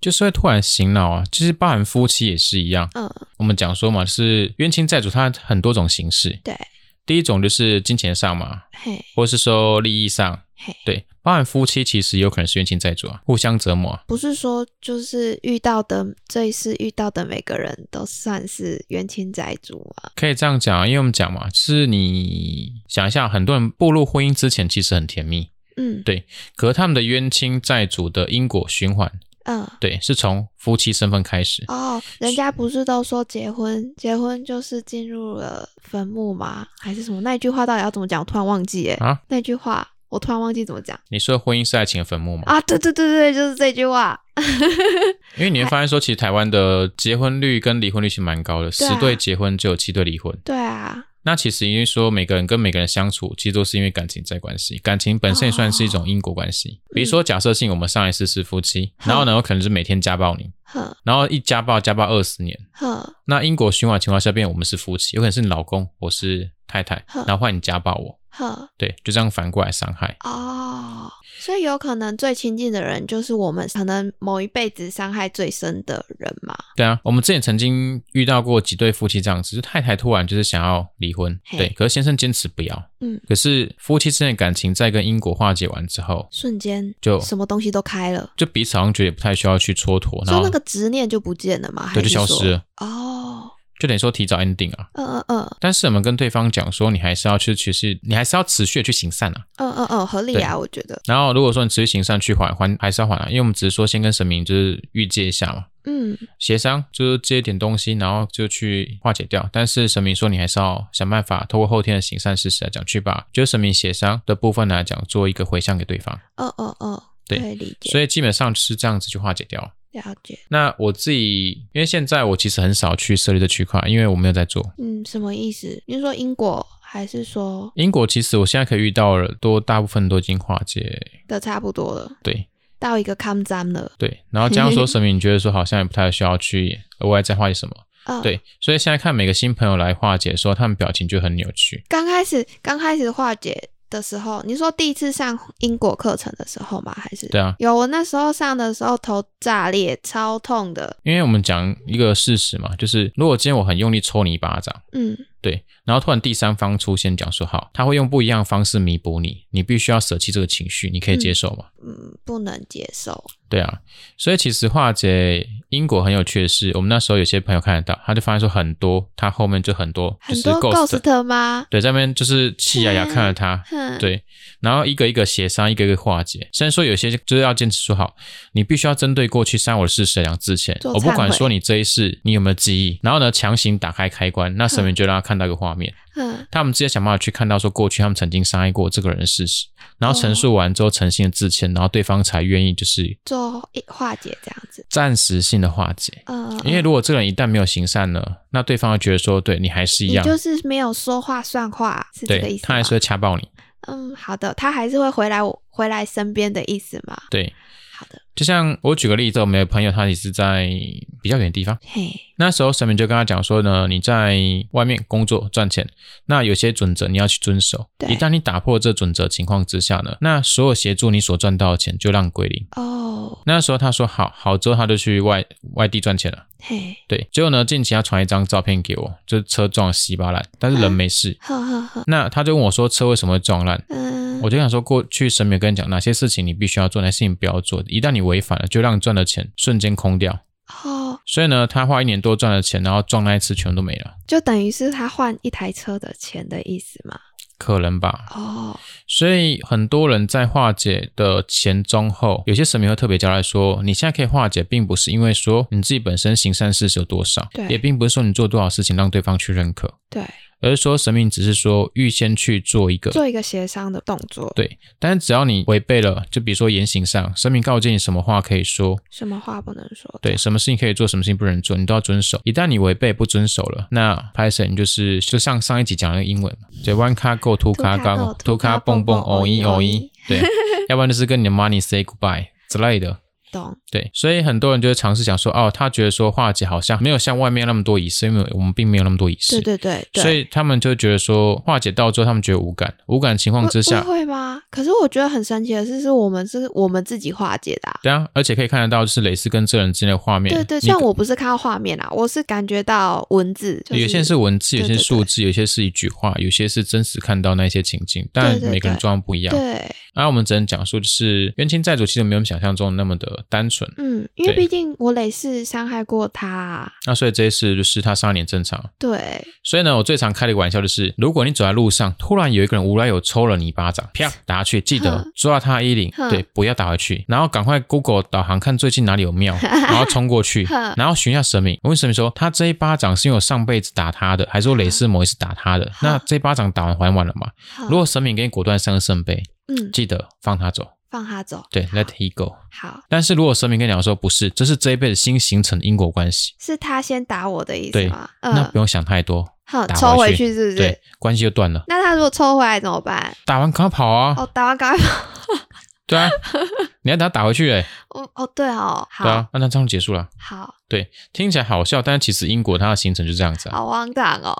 就是会突然醒脑啊，就是包含夫妻也是一样。
嗯，
我们讲说嘛，是冤亲债主，它很多种形式。
对，
第一种就是金钱上嘛，
嘿，
或是说利益上
嘿，
对，包含夫妻其实有可能是冤亲债主啊，互相折磨啊、
不是说就是遇到的这一次遇到的每个人都算是冤亲债主吗？
可以这样讲啊，因为我们讲嘛，是你想一下，很多人步入婚姻之前其实很甜蜜，
嗯
对可是他们的冤亲债主的因果循环，
嗯。
对，是从夫妻身份开始。
哦，人家不是都说结婚， [laughs] 结婚就是进入了坟墓吗？还是什么？那一句话到底要怎么讲？我突然忘记耶。
啊
那句话我突然忘记怎么讲
你说婚姻是爱情的坟墓嘛？
啊！对对对对，就是这句话。
因为
哎
你会发现说，其实台湾的结婚率跟离婚率其实蛮高的，十
对啊
对结婚就有七对离婚。
对啊，
那其实因为说每个人跟每个人相处，其实都是因为感情在关系，感情本身也算是一种因果关系。比如说假设性，我们上一次是夫妻，
哦嗯
然后呢，我可能是每天家暴你，
哼
然后一家暴家暴二十年。
哼
那因果循环情况下变，我们是夫妻，有可能是你老公，我是太太
哼，
然后换你家暴我，
哼，
对，就这样反过来伤害。
哦，所以有可能最亲近的人就是我们可能某一辈子伤害最深的人嘛。
对啊，我们之前曾经遇到过几对夫妻这样子，就太太突然就是想要离婚，
嘿
对，可是先生坚持不要，
嗯，
可是夫妻之间的感情在跟因果化解完之后，
瞬间
就
什么东西都开了，
就彼此好像觉得也不太需要去蹉跎，然
说
后
那个执念就不见了嘛，
对，
还
就是消
说
失了，
哦，
就等于说提早 ending 啊。
嗯嗯嗯
但是我们跟对方讲说，你还是要去，其实你还是要持续的去行善啊。
嗯嗯嗯，合理啊，我觉得，
然后如果说你持续行善去还还，还是要还啊，因为我们只是说先跟神明就是预借一下嘛，
嗯
协商就是借一点东西，然后就去化解掉。但是神明说你还是要想办法，透过后天的行善事实来讲，去把就是神明协商的部分来讲做一个回向给对方。
嗯嗯嗯，
对
可以理解，
所以基本上是这样子去化解掉。
了解，
那我自己因为现在我其实很少去设立这区块，因为我没有在做。
嗯，什么意思？你是说因果还是说
因果其实我现在可以遇到了，多大部分都已经化解，
的差不多了，
对
到一个康站了？
对。然后加上说神明觉得说好像也不太需要去额外再化解什么，
嗯，。
对。所以现在看每个新朋友来化解的时候，他们表情就很扭曲。
刚开始刚开始化解的时候，你说第一次上英国课程的时候吗？还是
对啊，
有我那时候上的时候头炸裂，超痛的。
因为我们讲一个事实嘛，就是如果今天我很用力抽你一巴掌，
嗯，
对，然后突然第三方出现讲说好，他会用不一样的方式弥补你，你必须要舍弃这个情绪，你可以接受吗？
嗯，不能接受。
对啊，所以其实化解英国很有趣的是，我们那时候有些朋友看得到，他就发现说很多，他后面就很多就
很
是
多
ghost，
ghost 吗？
对，在那边就是气压压看着他，
哼，
对，然后一个一个协商，一个一个化解。虽然说有些就是要坚持说好，你必须要针对过去三我是谁两之前，
做
我不
忏
管
悔
说你这一世你有没有记忆，然后呢强行打开开关，那神
嗯
明就让他看到一个画面，
哼，
他们直接想办法去看到说过去他们曾经伤害过这个人的事实，然后陈述完之后诚心的致歉，然后对方才愿意就是
做一化解这样子。
暂时性的化解。
嗯，
因为如果这个人一旦没有行善呢，那对方会觉得说对你还是一
你
样，
就是没有说话算话，是这个
对
意思吗？
他还是会掐爆你，
嗯，好的，他还是会回来我回来身边的意思嘛？
对。
好的，
就像我举个例子，我们有朋友他也是在比较远的地方，
嘿，
那时候神明就跟他讲说呢，你在外面工作赚钱，那有些准则你要去遵守。
对
一旦你打破这准则情况之下呢，那所有协助你所赚到的钱就让归零。
哦，
那时候他说好，好之后他就去外外地赚钱了。
嘿，
对，结果呢，近期他传一张照片给我，就是车撞得稀巴烂，但是
嗯
人没事。
呵呵呵，
那他就问我说车为什么会撞烂？
嗯，
我就想说，过去神明跟你讲哪些事情你必须要做，哪些事情不要做。一旦你违反了，就让你赚的钱瞬间空掉。
哦，
所以呢，他花一年多赚的钱，然后撞那一次全都没了，
就等于是他换一台车的钱的意思嘛？
可能吧。
哦，
所以很多人在化解的前中后，有些神明会特别交代说，你现在可以化解，并不是因为说你自己本身行善事实有多少
对，
也并不是说你做多少事情让对方去认可，
对，
而是说神明只是说预先去做一个。
做一个协商的动作，
对，但是只要你违背了，就比如说言行上，神明告诫你什么话可以说，
什么话不能说？
对，什么事情可以做，什么事情不能做，你都要遵守。一旦你违背不遵守了，那 Python 就是就像上一集讲的那个英文嘛，对，one car go two car go two car 蹦蹦哦一哦一，对，要不然就是跟你的 money say goodbye 之类的。
懂，
对，所以很多人就会尝试讲说，哦，他觉得说化解好像没有像外面那么多仪式，因为我们并没有那么多仪式，
对对对对。
所以他们就觉得说化解到最后，他们觉得无感，无感的情况
会
之下
会，会吗？可是我觉得很神奇的是，是我们是我们自己化解的、啊。
对啊，而且可以看得到就是蕾丝跟这人之间的画面，
对对，
你
虽然我不是看到画面啦，我是感觉到文字，就是、
有些是文字，有
对
些
对
是数字，有些是一句话，有些是真实看到那些情境，但
对对
每个人
对
状况不一样。啊
对，
然后我们只能讲述，就是冤亲债主其实没有我们想象中那么的单纯。
嗯，因
对
为毕竟我累是伤害过他啊，
那所以这一次就是他上一年正常。
对，
所以呢，我最常开的一个玩笑就是，如果你走在路上，突然有一个人无来由抽了你一巴掌，
[laughs]
啪打下去，记得
哼
抓他衣领，
哼
对，不要打回去，然后赶快 Google 导航看最近哪里有庙，然后冲过去
[laughs] 哼，
然后询一下神明。我问神明说，他这一巴掌是因为我上辈子打他的，还是我累世某一次打他的？那这一巴掌打完还完了吗？
好
如果神明给你果断三个圣杯，
嗯
记得放他走，
放他走，
对
好
，let he go。
好，
但是如果神明跟你讲说不是，这是这一辈子新形成的因果关系，
是他先打我的意思
对
吗？
那
嗯
不，用想太多，
好，
打
抽
回
回
去
去是不是
对？，关系就断了。
那他如果抽回来怎么办？
打完赶快跑啊，
哦，打完赶快跑， [laughs]
对啊，你要打打回去哎、
哦哦，对哦，好
对啊，那这样结束了。
好
对，听起来好笑，但是其实因果它的形成就这样子啊，
好荒唐哦，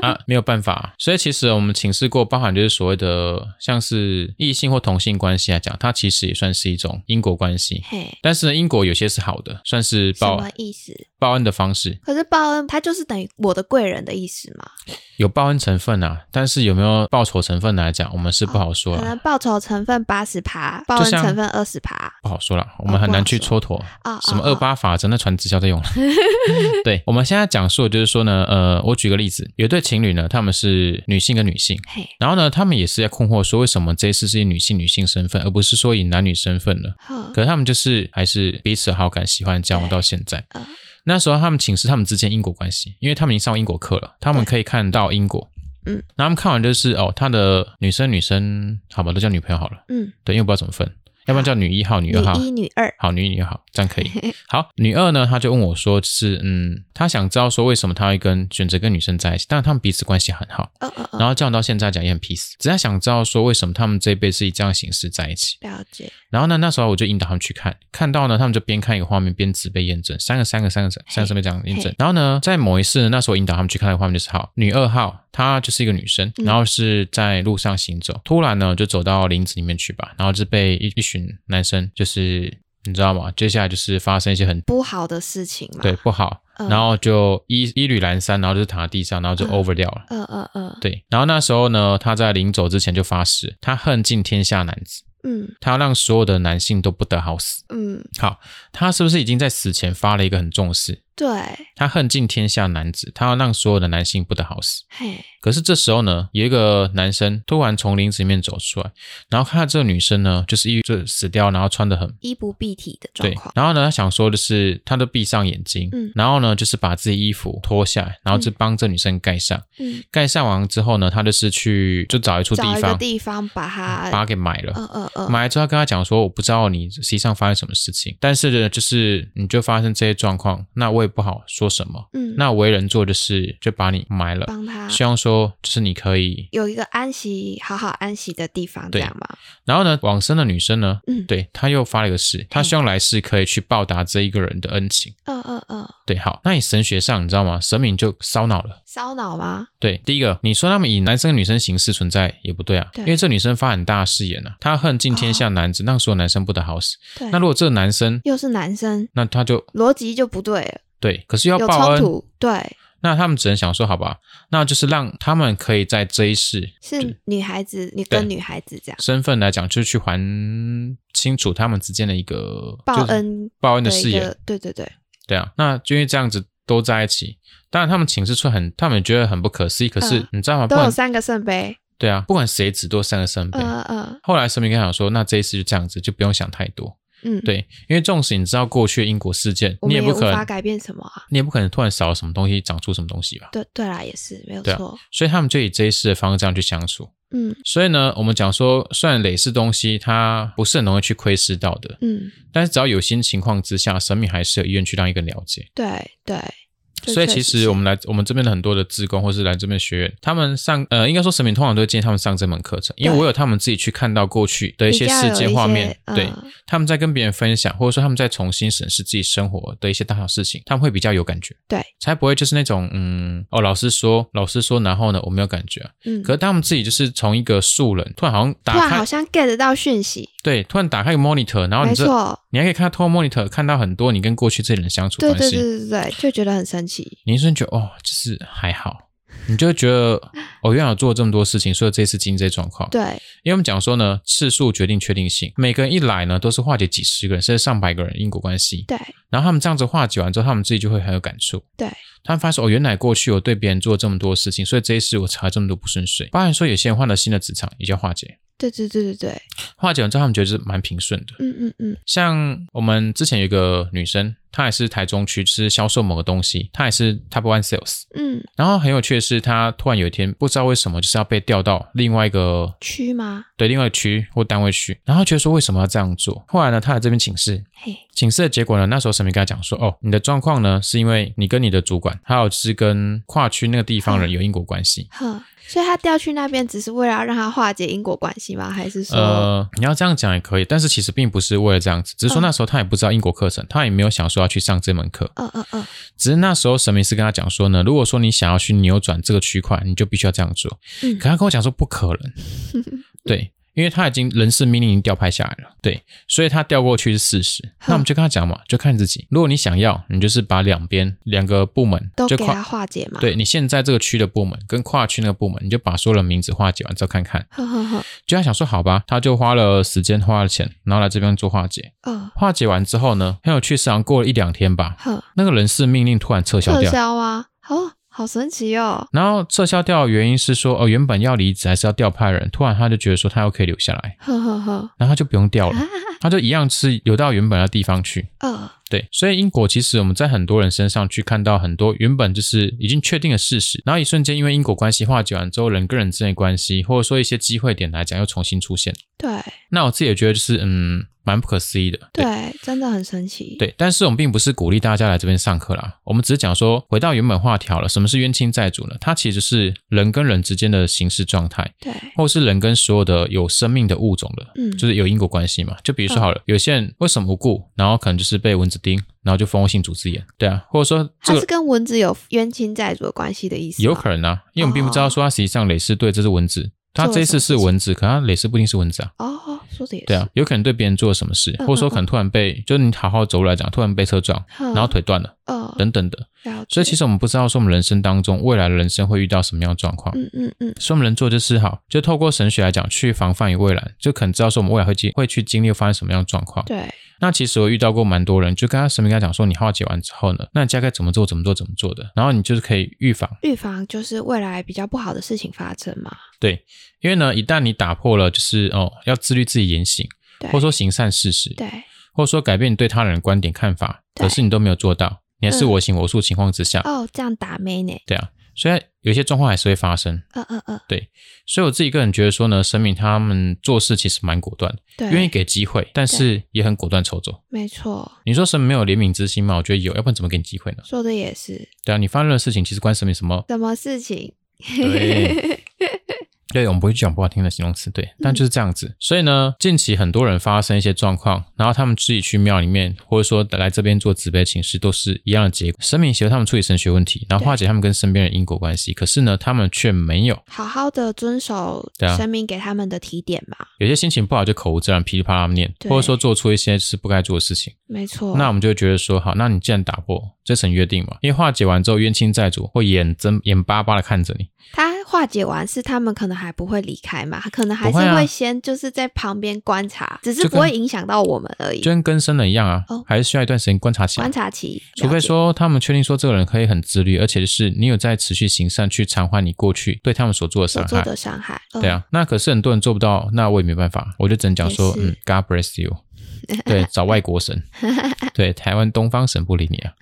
啊没有办法、啊。所以其实我们请示过，包含就是所谓的像是异性或同性关系来讲，它其实也算是一种因果关系。
嘿，
但是呢，因果有些是好的，算是
什
报
么意思？
报恩的方式，
可是报恩，他就是等于我的贵人的意思嘛？
有报恩成分啊，但是有没有报仇成分来讲，我们是不好说
可
啦，
能报酬成分八十趴，报恩
啊像
成分二十趴
不好说啦，
哦
我们很难去蹉跎。
啊，
什么
啊
二？八法则，那传直销在
[laughs]
用了。对，我们现在讲述的就是说呢，呃，我举个例子，有一对情侣呢，他们是女性跟女性，
嘿，
然后呢，他们也是在困惑说，为什么这一次是以女性女性身份，而不是说以男女身份呢？
呵，
可是他们就是还是彼此好感、喜欢，交往到现在
嗯。
那时候他们请示他们之间因果关系，因为他们已经上英国课了，他们可以看到因果。
嗯，
然后他们看完就是哦，他的女生女生，好吧，都叫女朋友好了，
嗯，
对，因为我不知道怎么分。要不然叫女一号、女
女
二号。
一、女二，
好，女一女好，这样可以。好，女二呢，她就问我说是，嗯，她想知道说为什么她会跟选择跟女生在一起，但是他们彼此关系很好，
嗯嗯嗯，
然后这样到现在讲也很 peace，只是她想知道说为什么他们这一辈是以这样的形式在一起。
了解，
然后呢，那时候我就引导他们去看，看到呢，他们就边看一个画面边只被验证，三个三个三个三三个被这样验证
嘿。
然后呢，在某一次呢，那时候我引导他们去看的画面就是好，女二号她就是一个女生，
嗯
然后是在路上行走，突然呢就走到林子里面去吧，然后就被一一群男生就是。你知道吗？接下来就是发生一些很
不好的事情嘛，
对，不好，
嗯
然后就衣衣履阑珊，然后就躺在地上，然后就
嗯
over 掉了。
嗯嗯嗯
对，然后那时候呢，她在临走之前就发誓，她恨尽天下男子，
嗯
她要让所有的男性都不得好死。
嗯，
好，他是不是已经在死前发了一个很重视？
对，
他恨尽天下男子，他要让所有的男性不得好死。
嘿，
可是这时候呢，有一个男生突然从林子里面走出来，然后看到这个女生呢，就是一就死掉，然后穿的很
衣不蔽体的状
对
况，，
然后呢，他想说的是，他就闭上眼睛，
嗯
然后呢，就是把自己衣服脱下来，然后就帮这女生盖上。
嗯，
盖上完之后呢，他就是去就找一处地
找一个
方
地方把
把
它，
它给埋了。
嗯嗯嗯，
买来之后跟他讲说，我不知道你实际上发生什么事情，但是呢，就是你就发生这些状况，那我也不好说什么。
嗯，
那为人做的事就把你埋了，
帮他
希望说就是你可以。
有一个安息，好好安息的地方，这
对
样嘛，
然后呢，往生的女生呢，
嗯，，
对，她又发了一个誓，她希望来世可以去报答这一个人的恩情。
嗯嗯嗯，
对，好，那你神学上你知道吗？神明就烧脑了。
烧脑吗？
对，第一个，你说他们以男生跟女生形式存在也不对啊，
对哦
因为这女生发很大的誓言啊，她恨尽天下男子，让所有男生不得好死。
对，
那如果这个男生，
又是男生，
那他就
逻辑就不对了，
对，可是要
有
报
冲
恩，
突，对，
那他们只能想说，好吧，那就是让他们可以在这一世
是女孩子，你跟女孩子这样
身份来讲，就是去还清楚他们之间的一个
报
就是
恩
报恩的
的
誓
一
言
个，，对对对，
对啊，那就因为这样子都在一起，当然他们请示出很，他们也觉得很不可思议，可是
嗯
你知道吗？不
都有
管
三个圣杯，
对啊，不管谁只多三个圣杯
嗯。嗯嗯
后来神明跟他讲说，那这一次就这样子，就不用想太多。
嗯，，
对，因为纵使你知道过去的因果事件，
我
你
们
也
也
不
无
可
法
能，
改变什么啊，
你也不可能突然少了什么东西长出什么东西吧？
对对啦，也是没有
对啊
错，
所以他们就以这一世的方式这样去相处。
嗯
所以呢，我们讲说，虽然累世东西它不是很容易去窥视到的，
嗯，
但是只要有心情况之下，神明还是有意愿去让一个人了解。
对对，这
所以
确
其实
是
我们来我们这边的很多的志工，或是来这边的学员，他们上呃，应该说神明通常都会建议他们上这门课程，因为
对
我有他们自己去看到过去的一
比
些
较
事
有
件
一
画
些
面，对
嗯
他们在跟别人分享，或者说他们在重新审视自己生活的一些大小事情，他们会比较有感觉，
对，
才不会就是那种嗯哦，老师说老师说，然后呢我没有感觉啊、
嗯，
可是他们自己就是从一个素人，突然好像
突
打
然
开
好，像 get 到讯息，
对，突然打开一个 monitor，然后
没
你这
错，
你还可以看到透过 monitor 看到很多你跟过去这些人相处
对
关
对
系，
对对对，就觉得很神奇，
你一瞬间觉得哦，就是还好，你就会觉
[laughs]
得哦，原来我做了这么多事情，所以这一次经历这些状况。
对，
因为我们讲说呢，次数决定确定性，每个人一来呢都是化解几十个人甚至上百个人因果关系，
对
然后他们这样子化解完之后，他们自己就会很有感触。
对，
他们发现哦，原来过去我对别人做了这么多事情，所以这一次我才这么多不顺遂。包含说有些人换了新的职场，也叫化解。
对对对对对，
化解完之后，他们觉得是蛮平顺的。
嗯嗯嗯，
像我们之前有一个女生，她也是台中区，是销售某个东西，她也是 Top One Sales。
嗯，
然后很有趣的是，她突然有一天不知道为什么，就是要被调到另外一个
区吗？
对另外一个区或单位去，然后觉得说为什么要这样做？后来呢，她来这边请示，
嘿，
请示的结果呢，那时候神明跟她讲说，哦，你的状况呢是因为你跟你的主管，还有是跟跨区那个地方人有因果关系。
哼，所以他调去那边只是为了要让他化解因果关系吗？还是嗯说，
呃，你要这样讲也可以，但是其实并不是为了这样子，只是说
嗯
那时候她也不知道因果课程，她也没有想说要去上这门课，
嗯嗯嗯，
只是那时候神明是跟她讲说呢，如果说你想要去扭转这个区块，你就必须要这样做。
嗯
可他跟我讲说不可
[laughs]
能，对，因为他已经人事命令已经调派下来了，对，所以他调过去是事实。那我们就跟他讲嘛，就看自己，如果你想要，你就是把两边两个部门
都
就
给
跨
他，化解嘛？，
对你现在这个区的部门跟跨区那个部门，你就把所有的名字化解完之后看看。
呵呵呵，
就他想说好吧，他就花了时间花了钱，然后来这边做化解。
嗯，
化解完之后呢，很有趣，是好像过了一两天吧，
呵，
那个人事命令突然撤销
撤
掉。
销吗？哦，好神奇哦，
然后撤销掉的原因是说，哦，原本要离职还是要调派人，突然他就觉得说他又可以留下来，
呵呵呵，
然后他就不用调了，
啊，
他就一样是留到原本的地方去。
[laughs] 呃，
对，所以因果其实我们在很多人身上去看到很多原本就是已经确定的事实，然后一瞬间因为因果关系化解完之后，人跟人之间的关系，或者说一些机会点来讲，又重新出现。
对
那我自己也觉得就是嗯，蛮不可思议的。
对，真的很神奇。
对，但是我们并不是鼓励大家来这边上课啦，我们只是讲说，回到原本话题好了，什么是冤亲债主呢？它其实是人跟人之间的形式状态，
对
或是人跟所有的有生命的物种的，
嗯
就是有因果关系嘛。就比如说
嗯
好了，有些人为什么无故，然后可能就是被蚊子叮，然后就蜂窝性组织炎，对啊，或者说这
它是
个
跟蚊子有冤亲债主的关系的意思吗。
有可能啊，因为我们并不知
哦
道说他实际上蕾丝对这是蚊子，他
做了
这一
什
次
么事
是
情
蚊子，可他蕾丝不一定是蚊子啊。
哦，说的也是。
对啊，有可能对别人做了什么事，
嗯
或者说可能突然被，就是你好好走路来讲，突然被车撞，
嗯，
然后腿断了
呃，
等等的。
了
所以其
解
实我们不知道说我们人生当中未来的人生会遇到什么样的状况。
嗯嗯嗯，
所以我们能做就是好，就透过神学来讲去防范于未然，就可能知道说我们未来会经会去经历发生什么样的状况。
对
那其实我遇到过蛮多人，就跟他神明跟他讲说，你化解完之后呢，那你大概怎么做怎么做怎么做的，然后你就是可以预防。
预防就是未来比较不好的事情发生嘛。
对，因为呢，一旦你打破了就是哦要自律自己言行，
对
或者说行善事实，
对
或者说改变你对他人的观点看法，
对
可是你都没有做到，你还是
嗯
我行我素情况之下，
哦，这样打妹呢？
对啊，虽然有些状况还是会发生，
嗯嗯嗯，
所以我自己个人觉得说呢，神明他们做事其实蛮果断，
对，
愿意给机会，但是也很果断抽走。
没错，
你说神明没有怜悯之心吗？我觉得有，要不然怎么给你机会呢？
说的也是。
对啊，你发生的事情其实关神明什么？
什么事情？
对。对，我们不会去讲不好听的形容词，对，但就是这样子。所以呢，近期很多人发生一些状况，然后他们自己去庙里面，或者说来这边做慈悲请示，都是一样的结果。神明协助他们处理神学问题，然后化解他们跟身边人因果关系，可是呢，他们却没有。
好好的遵守
对啊
神明给他们的提点嘛，
有些心情不好就口无遮拦，噼里啪啦念，
对
或者说做出一些是不该做的事情。
没错。
那我们就会觉得说，好，那你既然打破这层约定嘛，因为化解完之后，冤亲债主会眼睁眼巴巴的看着你，
他化解完是他们可能还不会离开嘛，可能还
不会
是
啊
会先就是在旁边观察，只是
就
不
跟
会影响到我们而已
就。跟更生了一样啊，
哦
还是需要一段时间观察期啊。
观察期，
除
了
非
解
说他们确定说这个人可以很自律，而且是你有在持续行善去偿还你过去对他们所做的伤
所做
害。
的伤害，嗯
对，啊，那可是很多人做不到，那我也没办法，我就只能讲说，
也是
嗯，God bless
[laughs]
you，对，找外国神，对，台湾东方神不理你啊，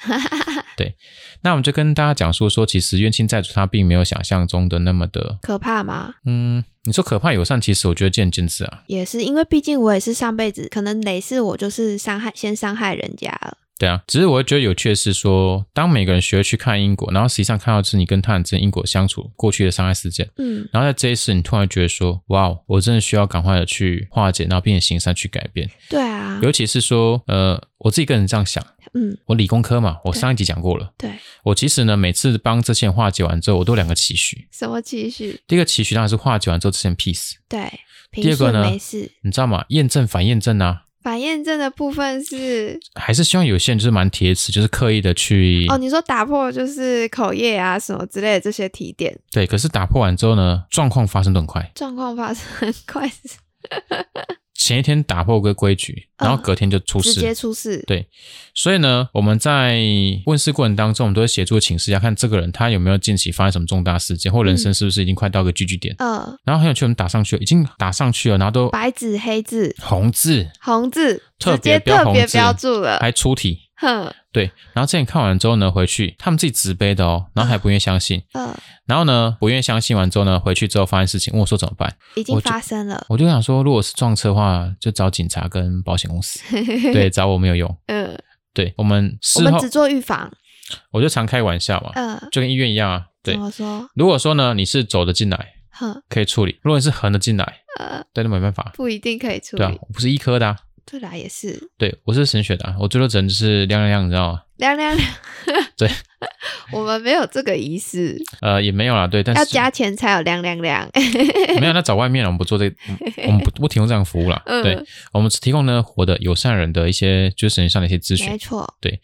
对，那我们就跟大家讲述说，其实冤亲债主他并没有想象中的那么的，
可怕吗？
嗯，你说可怕友善，其实我觉得见仁见智啊，
也是因为毕竟我也是上辈子可能累世我就是伤害先伤害人家了，
对啊，只是我会觉得有趣的是说，当每个人学会去看因果，然后实际上看到是你跟他人之间因果相处过去的伤害事件。
嗯，
然后在这一次，你突然觉得说，哇哦，我真的需要赶快的去化解，然后并且行善去改变。
对啊，
尤其是说，呃，我自己个人这样想，
嗯，
我理工科嘛，我上一集讲过了，
对，
我其实呢，每次帮这些人化解完之后，我都有两个期许。
什么期许？
第一个期许当然是化解完之后这些人 peace，
对，
第
平
二个
顺
呢
没事，
你知道吗？验证反验证啊，
反验证的部分是
还是希望有些人就是蛮铁齿，就是刻意的去、
哦，你说打破就是口业啊什么之类的这些提点，
对。可是打破完之后呢，状况发生都很快。
状况发生 [laughs] 很快，
前一天打破个规矩，然后
嗯
隔天就出
直
事了。
接出事，
对所以呢，我们在问世过程当中，我们都会协助请示一下，看这个人他有没有近期发生什么重大事件，或人
嗯
生是不是已经快到个聚集点。
呃，
然后很有趣，我们打上去了，已经打上去了，然后都
白纸黑字，
红字
红字，
特
直接
别标
特别
红字
标注了，
还出题，
哼，
对。然后之前看完之后呢，回去他们自己自卑的哦，然后还不愿意相
[laughs]
信，
呃，
然后呢不愿意相信完之后呢，回去之后发现事情，问我说怎么办，
已经
我就
发生了，
我就想说，如果是撞车的话，就找警察跟保险公
[laughs]
司，对，找我没有用。
嗯，
对我们
我
事
们
后
只做预防，
我就常开玩笑嘛，
嗯，
就跟医院一样啊，对
怎。么说？
如果说呢，你是走的进来，
哼，
可以处理；如果你是横的进来，
呃，
对，那没办法，
不一定可以处
对啊
理，，
我不是医科的、啊，
对啦，也是。
对我是神学的、啊，我最多只能就是亮亮亮，你知道吗？
凉凉凉，
[laughs] 对，
我们没有这个仪式，
呃，也没有啦，对， [laughs] 但
要
是
加钱才有凉凉凉。
[laughs] 没有，那找外面了，我们不做这个， [laughs] 我们不不提供这样的服务啦。
嗯
对，我们只提供呢活的友善人的一些就是神学上的一些咨
[laughs] 没
询。
错，
对，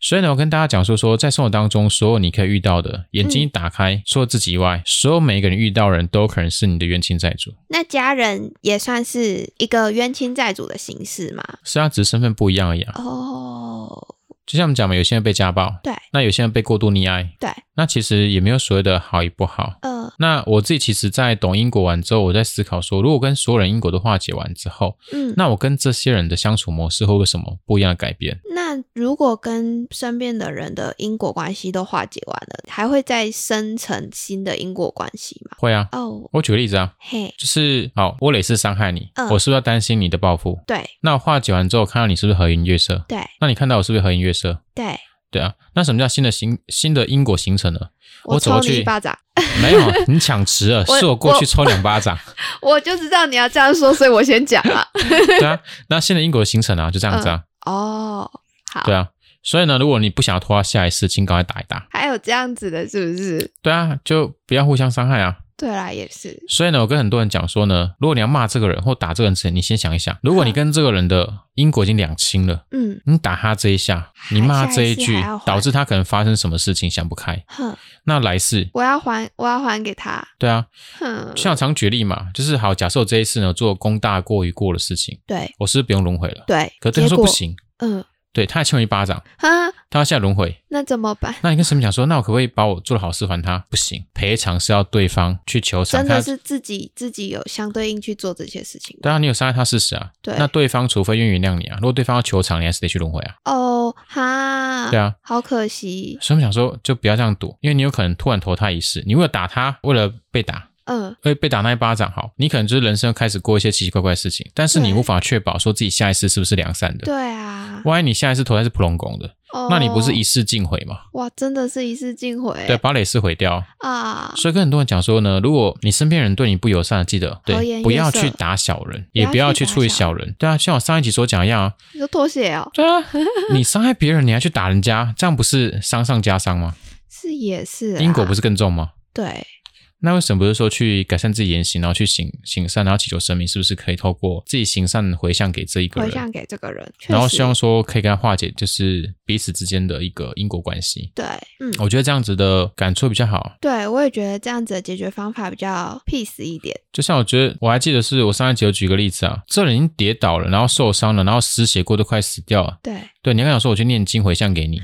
所以呢，我跟大家讲说说，在生活当中，所有你可以遇到的，眼睛一打开，除了自己以外，所有每一个人遇到的人都可能是你的冤亲债主，
那家人也算是一个冤亲债主的形式嘛？
是他只是身份不一样而已啊。
哦，
就像我们讲嘛，有些人被家暴，
对
那有些人被过度溺爱，
对，
那其实也没有所谓的好与不好。
呃，
那我自己其实，在懂因果完之后，我在思考说，如果跟所有人因果都化解完之后，
嗯，
那我跟这些人的相处模式会不会有什么不一样的改变？
那但如果跟身边的人的因果关系都化解完了，还会再生成新的因果关系吗？
会啊，
哦，
我举个例子啊，
嘿，
就是好，我累是伤害你，
嗯
我是不是要担心你的报复？
对
那我化解完之后，看到你是不是和颜悦色？
对
那你看到我是不是和颜悦色？
对，
对啊，那什么叫新的形新的因果形成
[laughs]
呢？我怎
抽
么
你
去
一巴掌，
没有，啊你抢词了，
我
是我过去
我
抽两巴掌。
我就知道你要这样说，所以我先讲了。
[laughs]
[laughs]
对啊，那新的因果形成啊，就这样子啊，
哦，好
对，啊。所以呢，如果你不想要拖到下一次，请赶快打一打。
还有这样子的，是不是？
对啊，就不要互相伤害啊。
对啦，也是，
所以呢，我跟很多人讲说呢，如果你要骂这个人或打这个人之前，你先想一想，如果你跟这个人的因果已经两清了，
嗯，
你打他这一下，
还
你骂他这一
下一次
句
还要，还
导致他可能发生什么事情想不开，
哼，
那来世，
我要还，我要还给他，
对啊，
哼，
像常举例嘛，就是好，假设我这一次呢做功大过于过的事情，
对
我是不是不用轮回了？
对，
可是对方
结
说
果
不，行，
嗯，
对，他还欠我一巴掌，
哈，
他要现在轮回，
那怎么办？
那你跟神明讲说，那我可不可以把我做的好事还他？不行，赔偿是要对方去求偿，
真的
他
是自己自己有相对应去做这些事情吗。
当然你有伤害他事实啊，
对
那对方除非愿意原谅你啊，如果对方要求偿，你还是得去轮回啊。
哦，哈，
对啊，
好可惜，
所以我们想说，就不要这样赌，因为你有可能突然投他一世，你为了打他，为了被打。
嗯，
为被打那一巴掌，好，你可能就是人生开始过一些奇奇怪怪的事情，但是你
对
无法确保说自己下一次是不是良善的。
对啊，
万一你下一次投胎是普龙宫的，
哦，
那你不是一世尽毁吗？
哇，真的是一次尽毁，
对，把累世毁掉。
啊，
所以跟很多人讲说呢，如果你身边人对你不友善，记得
和
对，
颜
不
悦
要
色
去打小人，
不
也
要
不要
去
去
打
处理
小
小人。对啊，像我上一集所讲的一样啊，
你说拖鞋哦，
对
[laughs]
啊，你伤害别人，你还去打人家，这样不是伤上加伤吗？
是也是啊，
因果不是更重吗？
对，
那为什么不是说去改善自己言行，然后去行行善，然后祈求神明，是不是可以透过自己行善回向给这一个
回
人，
向给这个人，确
然后
实
希望说可以跟他化解就是彼此之间的一个因果关系？
对，嗯，
我觉得这样子的感触比较好。
对我也觉得这样子的解决方法比较 peace 一点，
就像我觉得，我还记得是我上一集有举个例子啊，这人已经跌倒了，然后受伤了，然后失血过多，快死掉了。
对，
对，你刚想说我去念经回向给
[laughs]
你，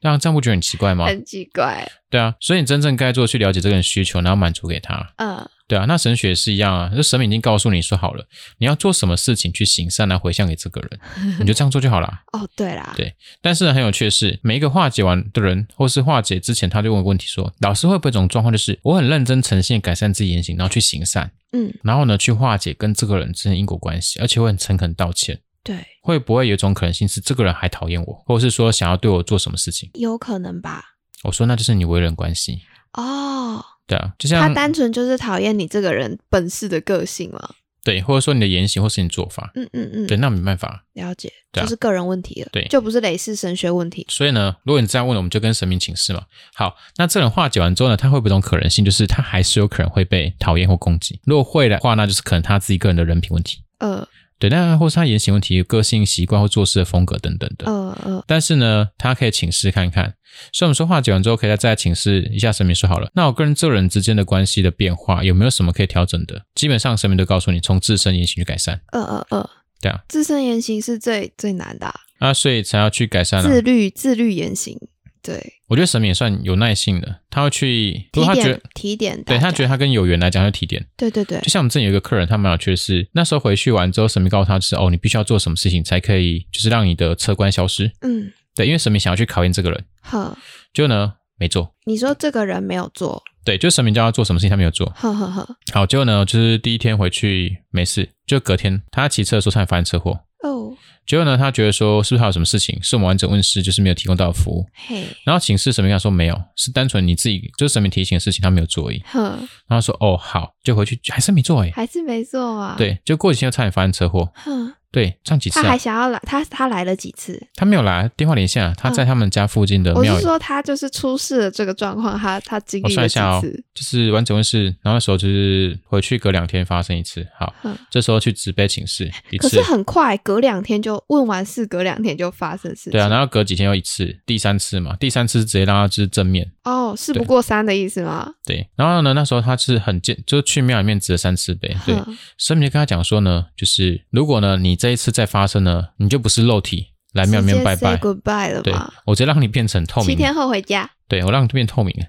这样这样不觉得很奇怪吗？
很奇怪，
对啊，所以你真正该做的去了解这个人需求，然后满足给他。
嗯，
对啊，那神学也是一样啊，就神明已经告诉你说好了，你要做什么事情去行善来回向给这个人，你就这样做就好了。
哦，对啦，
对但是呢很有趣的是，每一个化解完的人，或是化解之前，他就问我问题说，老师会不会有一种状况就是，我很认真诚信地改善自己言行，然后去行善，
嗯，
然后呢去化解跟这个人之间的因果关系，而且会很诚恳道歉。
对，
会不会有一种可能性是这个人还讨厌我，或者是说想要对我做什么事情？
有可能吧，
我说那就是你为人关系，
哦，
对啊，就
他
像
单纯就是讨厌你这个人本事的个性嘛，
对，或者说你的言行或是你的做法，
嗯嗯嗯，
对，那没办法。
了解，
对啊
就是个人问题了，
对
就不是雷氏神学问题，
所以呢，如果你这样问了，我们就跟神明请示嘛。好，那这人化解完之后呢，他会不会有一种可能性，就是他还是有可能会被讨厌或攻击？如果会的话，那就是可能他自己个人的人品问题，
呃
对，那或是他言行问题、个性习惯或做事的风格等等的。
呃呃，
但是呢，他可以请示看看。所以我们说化解完之后，可以再再请示一下神明说好了。那我跟这人之间的关系的变化有没有什么可以调整的？基本上神明都告诉你，从自身言行去改善
呃呃呃，
对啊，
自身言行是最最难的啊、
啊，所以才要去改善、啊。
自律自律言行，对，
我觉得神明也算有耐性的，他会去，如果
提
他觉
点
得。
提点大
对
家，
他觉得他跟有缘来讲，他就提点。
对对对
就，像我们之前有一个客人，他蛮有趣的是，那时候回去完之后，神明告诉他就是哦，你必须要做什么事情才可以，就是让你的车关消失。
嗯，
对，因为神明想要去考验这个人，
呵，
就呢没做。
你说这个人没有做，
对，就神明叫他做什么事情，他没有做。
呵呵呵，
好，结果呢，就是第一天回去没事，就隔天他骑车的时候差点发生车祸。
哦，
结果呢，他觉得说是不是还有什么事情是我们完整问世就是没有提供到的服务，
嘿，
然后请示神明跟他说没有，是单纯你自己就是神明提醒的事情他没有做而已。
呵，
然后说哦好，就回去还是没做哎、
还是没做啊，，
对，就过几天又差点发生车祸，
哼，
对，上几次
他
啊
还，想要来，他他来了几次？
他没有来电话连线啊，他在他们家附近的
我
庙
是
宇，
说他就是出事了这个状况，他他经
我
历
算
了
一
几
下哦
次？，
就是完整问世，然后那时候就是回去隔两天发生一次，好
嗯，
这时候去值杯请示一
可
次
是，很快，隔两天就问完事，隔两天就发生事情。
对啊，然后隔几天又一次，第三次嘛，第三次直接让他就是正面。
哦，事不
对
过三的意思吗？
对，然后呢？那时候他是很健，就是去庙里面值了三次杯。对，
哼
神明就跟他讲说呢，就是如果呢你这一次再发生呢，你就不是肉体来庙里面拜
直接
拜
say，goodbye 了
对
嘛？
我直接让你变成透
七
明的，
天后回家， [laughs]
对我让你变透明了，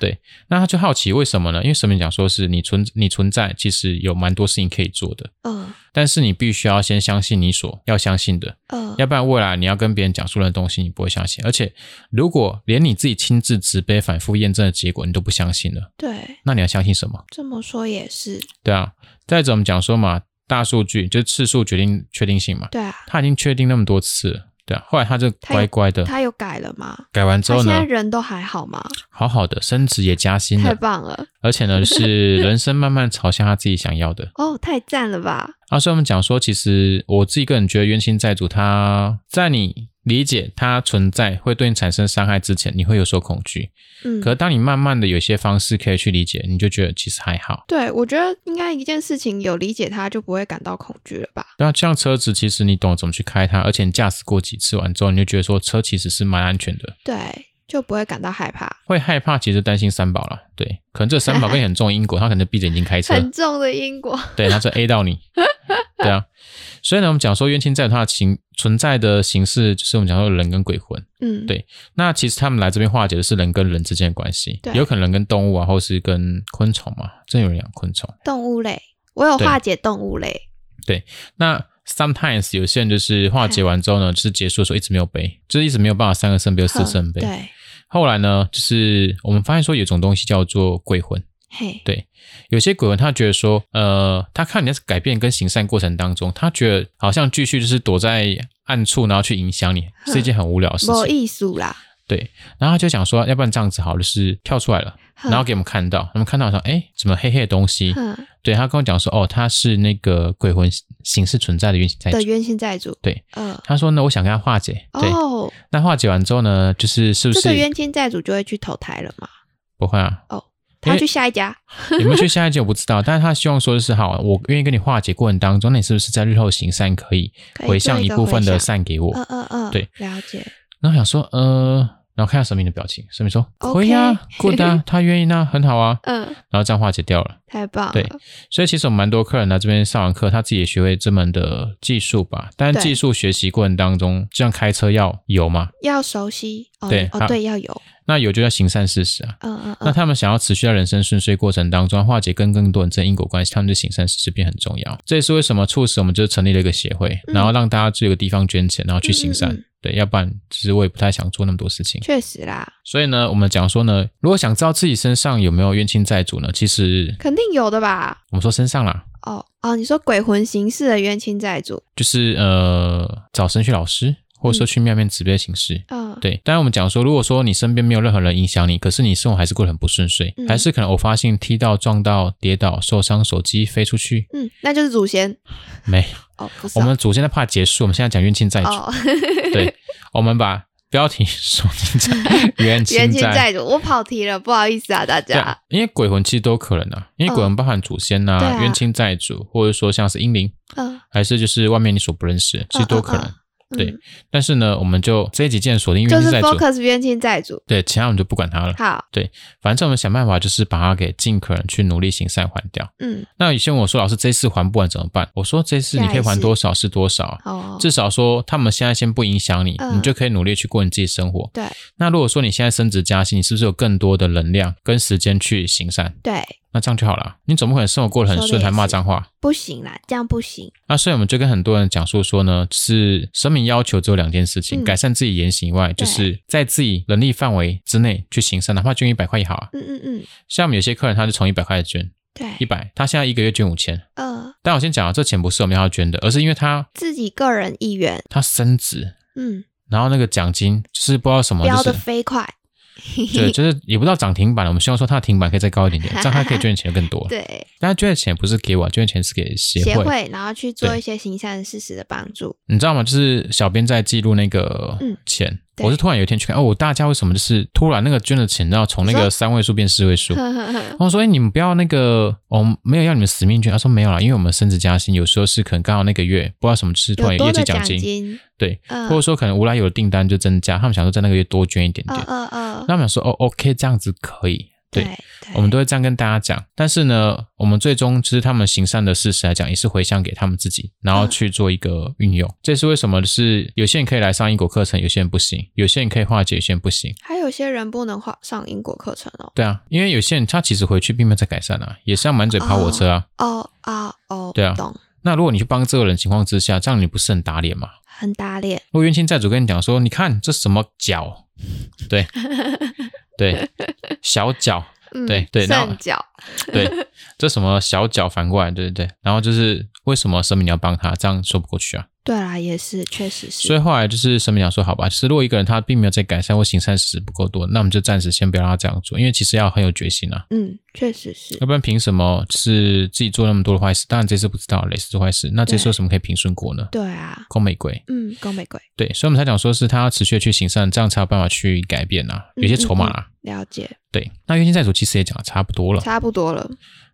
对，那他就好奇为什么呢？因为神明讲说是你存你存在，其实有蛮多事情可以做的，
嗯
但是你必须要先相信你所要相信的，
嗯，
要不然未来你要跟别人讲述的东西，你不会相信。而且，如果连你自己亲自慈悲反复验证的结果你都不相信了，
对，
那你要相信什么？
这么说也是，
对啊，再者我们讲说嘛，大数据就是次数决定确定性嘛，
对啊，
他已经确定那么多次了，对啊，后来他就
他
乖
有
乖的
他有改了吗？
改完之
他
后
现在
呢，
人都还好吗？
好好的升职也加薪
太
了，
棒了，
而且
[laughs]
呢是人生慢慢朝向他自己想要的。
哦，太赞了吧？
啊，所以我们讲说，其实我自己个人觉得冤亲债主，他在你理解它存在会对你产生伤害之前，你会有所恐惧。
嗯，
可是当你慢慢的有些方式可以去理解，你就觉得其实还好。
对，我觉得应该一件事情有理解它，就不会感到恐惧了吧？
那像车子，其实你懂怎么去开它，而且你驾驶过几次完之后，你就觉得说车其实是蛮安全的。
对，就不会感到害怕。
会害怕，其实担心三宝了。对，可能这三宝跟你很重的因果，他可能就闭着眼睛开车，
很重的因果，
对，他就 A 到
[laughs]
你。对啊，所以呢，我们讲说冤亲债主它的形存在的形式，就是我们讲说人跟鬼魂。
嗯，
对那其实他们来这边化解的是人跟人之间的关系
对，
有可能人跟动物啊，或是跟昆虫嘛，真有人养昆虫。
动物类，我有
对
化解动物类，
那 sometimes 有些人就是化解完之后呢，就是结束的时候一直没有背，就是一直没有办法三个圣杯或四
哼
圣杯。
嗯对，
后来呢，就是我们发现说有一种东西叫做鬼魂，
嘿，
有些鬼魂他觉得说，呃，他看你在改变跟行善过程当中，他觉得好像继续就是躲在暗处，然后去影响你，
哼
是一件很无聊的事
某
情。
艺术啦，
然后他就想说，要不然这样子好了，就是跳出来了。
哼
然后给我们看到，我们看到说，哎，怎么黑黑的东西？
哼
对他跟我讲说，哦，他是那个鬼魂形式存在的原型在
的。冤亲债主，
对，
嗯，
他说呢，我想跟他化解。对，
哦，
那化解完之后呢，就是是不
这
是
个冤亲债主就会去投胎了嘛？
不会
[laughs]
啊？因
他
为
去下一家，
有没有去下一集我不知道，但是他希望说的是，好，我愿意跟你化解过程当中，那你是不是在日后行善可以
可以
回
做
向
一
一
个
部分的
回向
善给我？
嗯嗯嗯，
对，
了解，
然后想说，呃，然后看下神明的表情，神明说
OK
可以啊，good
[laughs]
啊，他愿意那很好啊，
嗯，
然后这样化解掉了。
太棒
对
了，
所以其实我们蛮多客人来这边上完课，他自己也学会这门的技术吧。但
对
技术学习过程当中，就像开车要有嘛，
要熟悉，哦
对
哦
他
对，要有，
那有就要行善事实啊。
嗯嗯
那
嗯，
他们想要持续在人生顺遂过程当中化解跟更多人真因果关系，他们对行善事实变很重要。这也是为什么促使我们就成立了一个协会，
嗯
然后让大家就有个地方捐钱，然后去行善。
嗯嗯嗯
对，要不然其实我也不太想做那么多事情。
确实啦，
所以呢，我们讲说呢，如果想知道自己身上有没有冤亲债主呢，其实
肯定有的吧？
我们说身上啦，
哦哦，你说鬼魂形式的冤亲债主，
就是呃找神学老师，或者说去庙面慈悲的形式。
嗯，
对，当然我们讲说，如果说你身边没有任何人影响你，可是你生活还是过得很不顺遂，
嗯
还是可能偶发性踢到、撞到、跌倒、受伤、手机飞出去，
嗯，那就是祖先
没，
哦，不是
我
哦
们祖先在怕结束，我们现在讲冤亲债主，
哦， [laughs]
对，我们把标题说进在冤
冤
亲
亲
债。
债主，我跑题了，不好意思啊，大
对
家
啊，，因为鬼魂其实都有可能啊，因为鬼魂包含祖先呐、
对啊
冤亲债主，或者说像是英灵，
嗯，
还是就是外面你所不认识，其实都有可能。
嗯嗯
对但是呢，我们就这一集既然锁定
就
冤
是
亲债主，
focus 冤亲债主，
对，其他我们就不管它了。
好，
反正我们想办法就是把它给尽可能去努力行善还掉。
嗯，
那有些人问我说，老师这次还不完怎么办？我说这次你可以还多少是多少，啊
哦，
至少说他们现在先不影响你，
嗯
你就可以努力去过你自己生活。
对
那如果说你现在升职加薪，你是不是有更多的能量跟时间去行善？
对，
那这样就好了。啊你总不可能生活过得很
说
顺
得也
还骂
是
脏话？
不行啦，这样不行，
那所以我们就跟很多人讲述说呢，是神明要求只有两件事情：
嗯
改善自己言行以外，
对
就是在自己能力范围之内去行善，哪怕捐一百块也好啊。
嗯嗯嗯，
像我们有些客人，他就从一百块捐一
对，
百，他现在一个月捐五千。
呃，
但我先讲啊，这钱不是我们要他捐的，而是因为他
自己个人意愿，
他升职，
嗯，
然后那个奖金就是不知道什么，
标
就
的
是
飞快，。
对，就是也不知道涨停板了。我们希望说他的停板可以再高一点点，这样他可以捐的钱更多
[laughs] 对，
但他捐的钱不是给我，啊捐的钱是给协
协
会。
会，然后去做
对
一些行善事实的帮助，
你知道吗？就是小编在记录那个
嗯
钱，
对
我是突然有一天去看，哦，我大家为什么就是突然那个捐的钱要从那
你
个
说
三位数变四位数？
[laughs] 呵呵呵
然后我说，哎、你们不要那个，我、哦、没有要你们死命捐。他说没有啦，因为我们升职加薪，有时候是可能刚好那个月不知道什么事，突然
有
业
多
绩
的
奖金，
金，
对，
嗯
或者说可能无来有的订单就增加，他们想说在那个月多捐一点
呃
点。
呃呃，
那我们想说，哦，OK，这样子可以。对
对，
我们都会这样跟大家讲。但是呢，我们最终其实他们行善的事实来讲，也是回向给他们自己，然后
嗯
去做一个运用。这也是为什么是有些人可以来上因果课程，有些人不行；有些人可以化解，有些人不行。
还有些人不能画上英国课程哦。
对啊，因为有些人他其实回去并没有在改善啊，也是要满嘴跑火车啊。
哦啊哦，
对啊
懂，
那如果你去帮这个人情况之下，这样你不是很打脸吗？
很打脸。
如果冤亲债主跟你讲说，你看这什么脚，对对，小脚，
嗯，
对对然后
圣脚，
对，这什么小脚反过来，对对对，然后就是为什么神明你要帮他，这样说不过去啊。
对啦，也是，确实是。
所以后来就是神明讲说，好吧，就是如果一个人他并没有在改善或行善事不够多，那我们就暂时先不要让他这样做，因为其实要很有决心啊，
嗯，确实是
要。不然凭什么是自己做那么多的坏事？当然这次不知道，类似做坏事，那这次
对
有什么可以平顺过呢？
对啊，
空玫瑰，
嗯，公玫瑰
对，所以我们才讲说是他要持续地去行善，这样才有办法去改变啊，有些筹码啊。
了解，
对，那冤亲债主其实也讲的差不多了，
差不多了。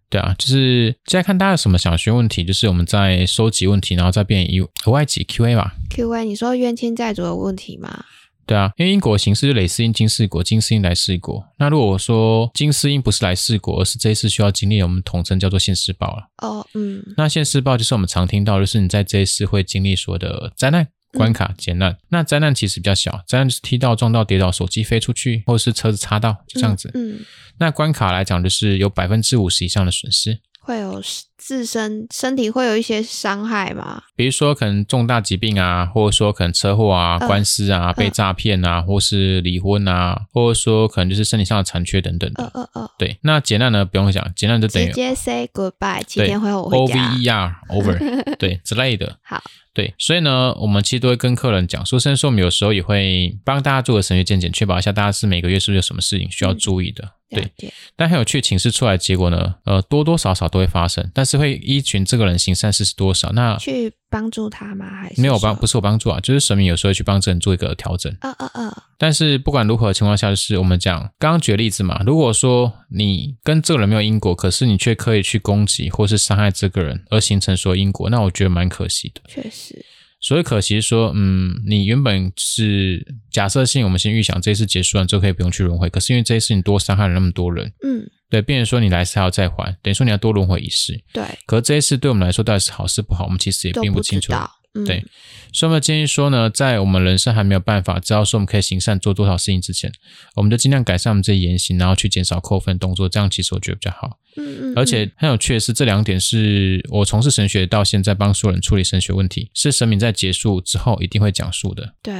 对啊，就是接下来看大家有什么想学问题，就是我们在收集问题，然后再变一额外几 Q&A 嘛。
Q&A，你说冤亲债主有问题吗？
对啊，因为因果形式就累世因、今世果、今世因、来世果。那如果我说今世因不是来世果，而是这一世需要经历，我们统称叫做现世报了。
哦，嗯，
那现世报就是我们常听到，就是你在这一世会经历所有的灾难。关卡劫难，那灾难其实比较小，灾难就是踢到、撞到、跌倒、手机飞出去，或者是车子擦到，就这样子。
嗯，嗯
那关卡来讲，就是有百分之五十以上的损失。
会有自身身体会有一些伤害吗？
比如说可能重大疾病啊，或者说可能车祸啊、
嗯
官司啊、被诈骗啊，或是离婚啊，或者说可能就是身体上的残缺等等的。
呃呃呃，
对，那劫难呢不用讲，劫难就等于
直接 say goodbye，七
对
天后我
O
回
V
家。
E
[laughs]
R over 对之类的。
好，
对，所以呢，我们其实都会跟客人讲说，甚至说我们有时候也会帮大家做个神学健检，确保一下大家是每个月是不是有什么事情需要注意的。
了
对，
解。
但很有趣，请示出来的结果呢，呃，多多少少都会发生，但是会依循这个人行善事是多少，那
去帮助他吗？还是
没有帮，
说
不？是我帮助啊，就是神明有时候会去帮这个人做一个调整。
呃呃呃，
但是不管如何的情况下，就是我们讲刚刚举的例子嘛，如果说你跟这个人没有因果，可是你却可以去攻击或是伤害这个人而形成说因果，那我觉得蛮可惜的。
确实，
所以可惜是说，嗯，你原本是假设性，我们先预想这一次结束完之后可以不用去轮回，可是因为这一次你多伤害了那么多人，
嗯，
对，变成说你来世还要再还，等于说你要多轮回一世。
对，
可是这一次对我们来说到底是好是不好，我们其实也
都
并
不
清
知
楚。
道。嗯，
对，所以我们建议说呢，在我们人生还没有办法知道说我们可以行善做多少事情之前，我们就尽量改善我们自己言行，然后去减少扣分动作，这样其实我觉得比较好。
嗯嗯，
而
嗯
且很有趣的是，这两点是我从事神学到现在帮所有人处理神学问题，是神明在结束之后一定会讲述的。
对，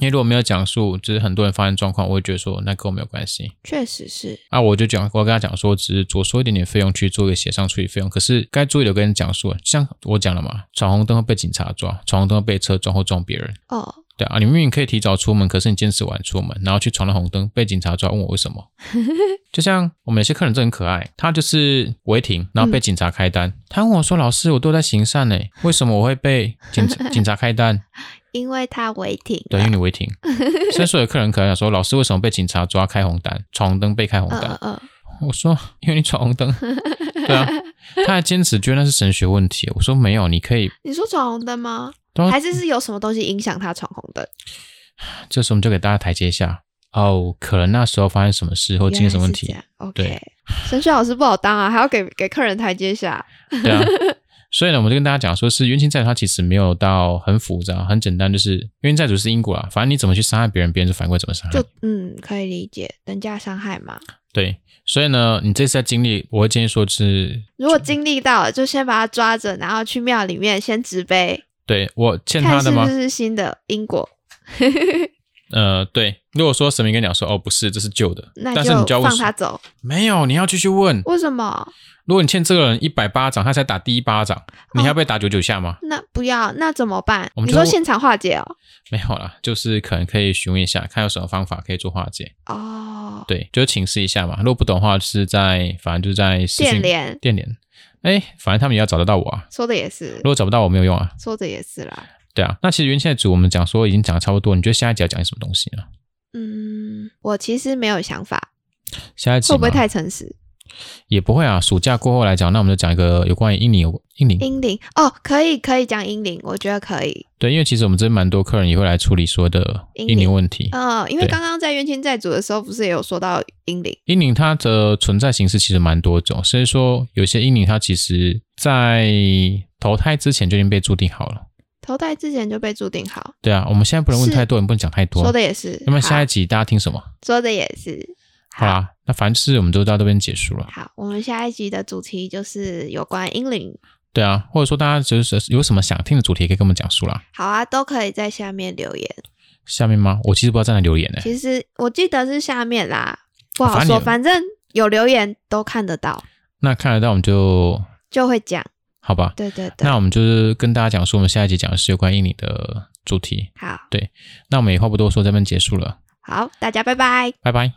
因为如果没有讲述，就是很多人发生状况，我会觉得说那跟我没有关系
确实是
啊，我就讲，我跟他讲说，只是酌收一点点费用去做一个协商处理费用，可是该注意的我跟你讲述了，像我讲了嘛，闯红灯会被警察抓，闯红灯会被车撞或撞别人，
哦，
对啊，你明明可以提早出门，可是你坚持晚出门，然后去闯了红灯，被警察抓，问我为什么？就像我们有些客人真的很可爱，他就是违停，然后被警察开单。他问我说：“老师，我都在行善呢，为什么我会被警警察开单
因为他违停？”
对，因为你
了，
违停。所以说有客人可能想说：“老师，为什么被警察抓开红单，闯红灯被开红
嗯
单？”
嗯嗯，
我说：“因为你闯红灯。”对啊，他还坚持觉得那是神学问题。我说：“没有，你可以。
你说闯红灯吗
对啊？
还是是有什么东西影响他闯红灯？”
这时候我们就给大家台阶下。哦，可能那时候发生什么事或
我
经历什么问题，
？OK， [laughs]
对
神学老师不好当啊，还要给给客人台阶下。
对
[laughs]
啊，所以呢，我们就跟大家讲说是冤亲债主，它其实没有到很复杂，很简单，就是冤亲债主是因果啊，反正你怎么去伤害别人，别人就反馈怎么伤害
就。嗯，可以理解等价伤害嘛。
对，所以呢，你这次在经历，我会建议说是，
如果经历到了，就先把他抓着，然后去庙里面先植杯，
对我欠他
看
的
是不
吗？
是新的因果。
呃，对。如果说神明跟你讲说，哦，不是，这是旧的，
那
但是你就要问
放他
神，
走。
没有，你要继续问。
为什么？
如果你欠这个人一百巴掌，他才打第一巴掌，你还要被打九九下吗？
那不要，那怎么办？
我们
你
就
说现场化解哦。
没有啦，就是可能可以询问一下，看有什么方法可以做化解。
哦，
对，就请示一下嘛。如果不懂的话，就是在反正就是在私
电
讯
联
电联，哎，反正他们也要找得到我啊。
说的也是
如，果找不到我没有用啊，
说的也是啦。
对啊。那其实原先的组我们讲说已经讲的差不多，你觉得下一集要讲什么东西呢？啊
嗯，我其实没有想法，
下一集
会不会
吗
太诚实？
也不会啊。暑假过后来讲，那我们就讲一个有关于英灵有英灵
英灵哦，可以可以讲英灵，我觉得可以。
对，因为其实我们这边蛮多客人也会来处理说的英
英
灵
灵
问题。
呃，因为
对
刚刚在冤亲债主的时候，不是也有说到英灵？
阴灵它的存在形式其实蛮多种，所以说有些阴灵它其实在投胎之前就已经被注定好了。
头戴之前就被注定好，
对啊，我们现在不能问
是
太多，也不能讲太
说
多。
的也是。
那么
好
下一集大家听什么？
说的也是。
好啦，那反正是我们就到这边结束了。
好，我们下一集的主题就是有关英灵。
对啊，或者说大家就是有什么想听的主题，也可以跟我们讲述啦。
好啊，都可以在下面留言。
下面吗？我其实不知道在哪留言呢、
其实我记得是下面啦，不好
反正
说，
哎你
反正有留言都看得到，
那看得到我们就
就会讲。
好吧。
对对对，
那我们就是跟大家讲说，我们下一集讲的是有关阴灵的主题。
好
那我们也话不多说，这边结束了，
好，大家拜拜。
拜拜。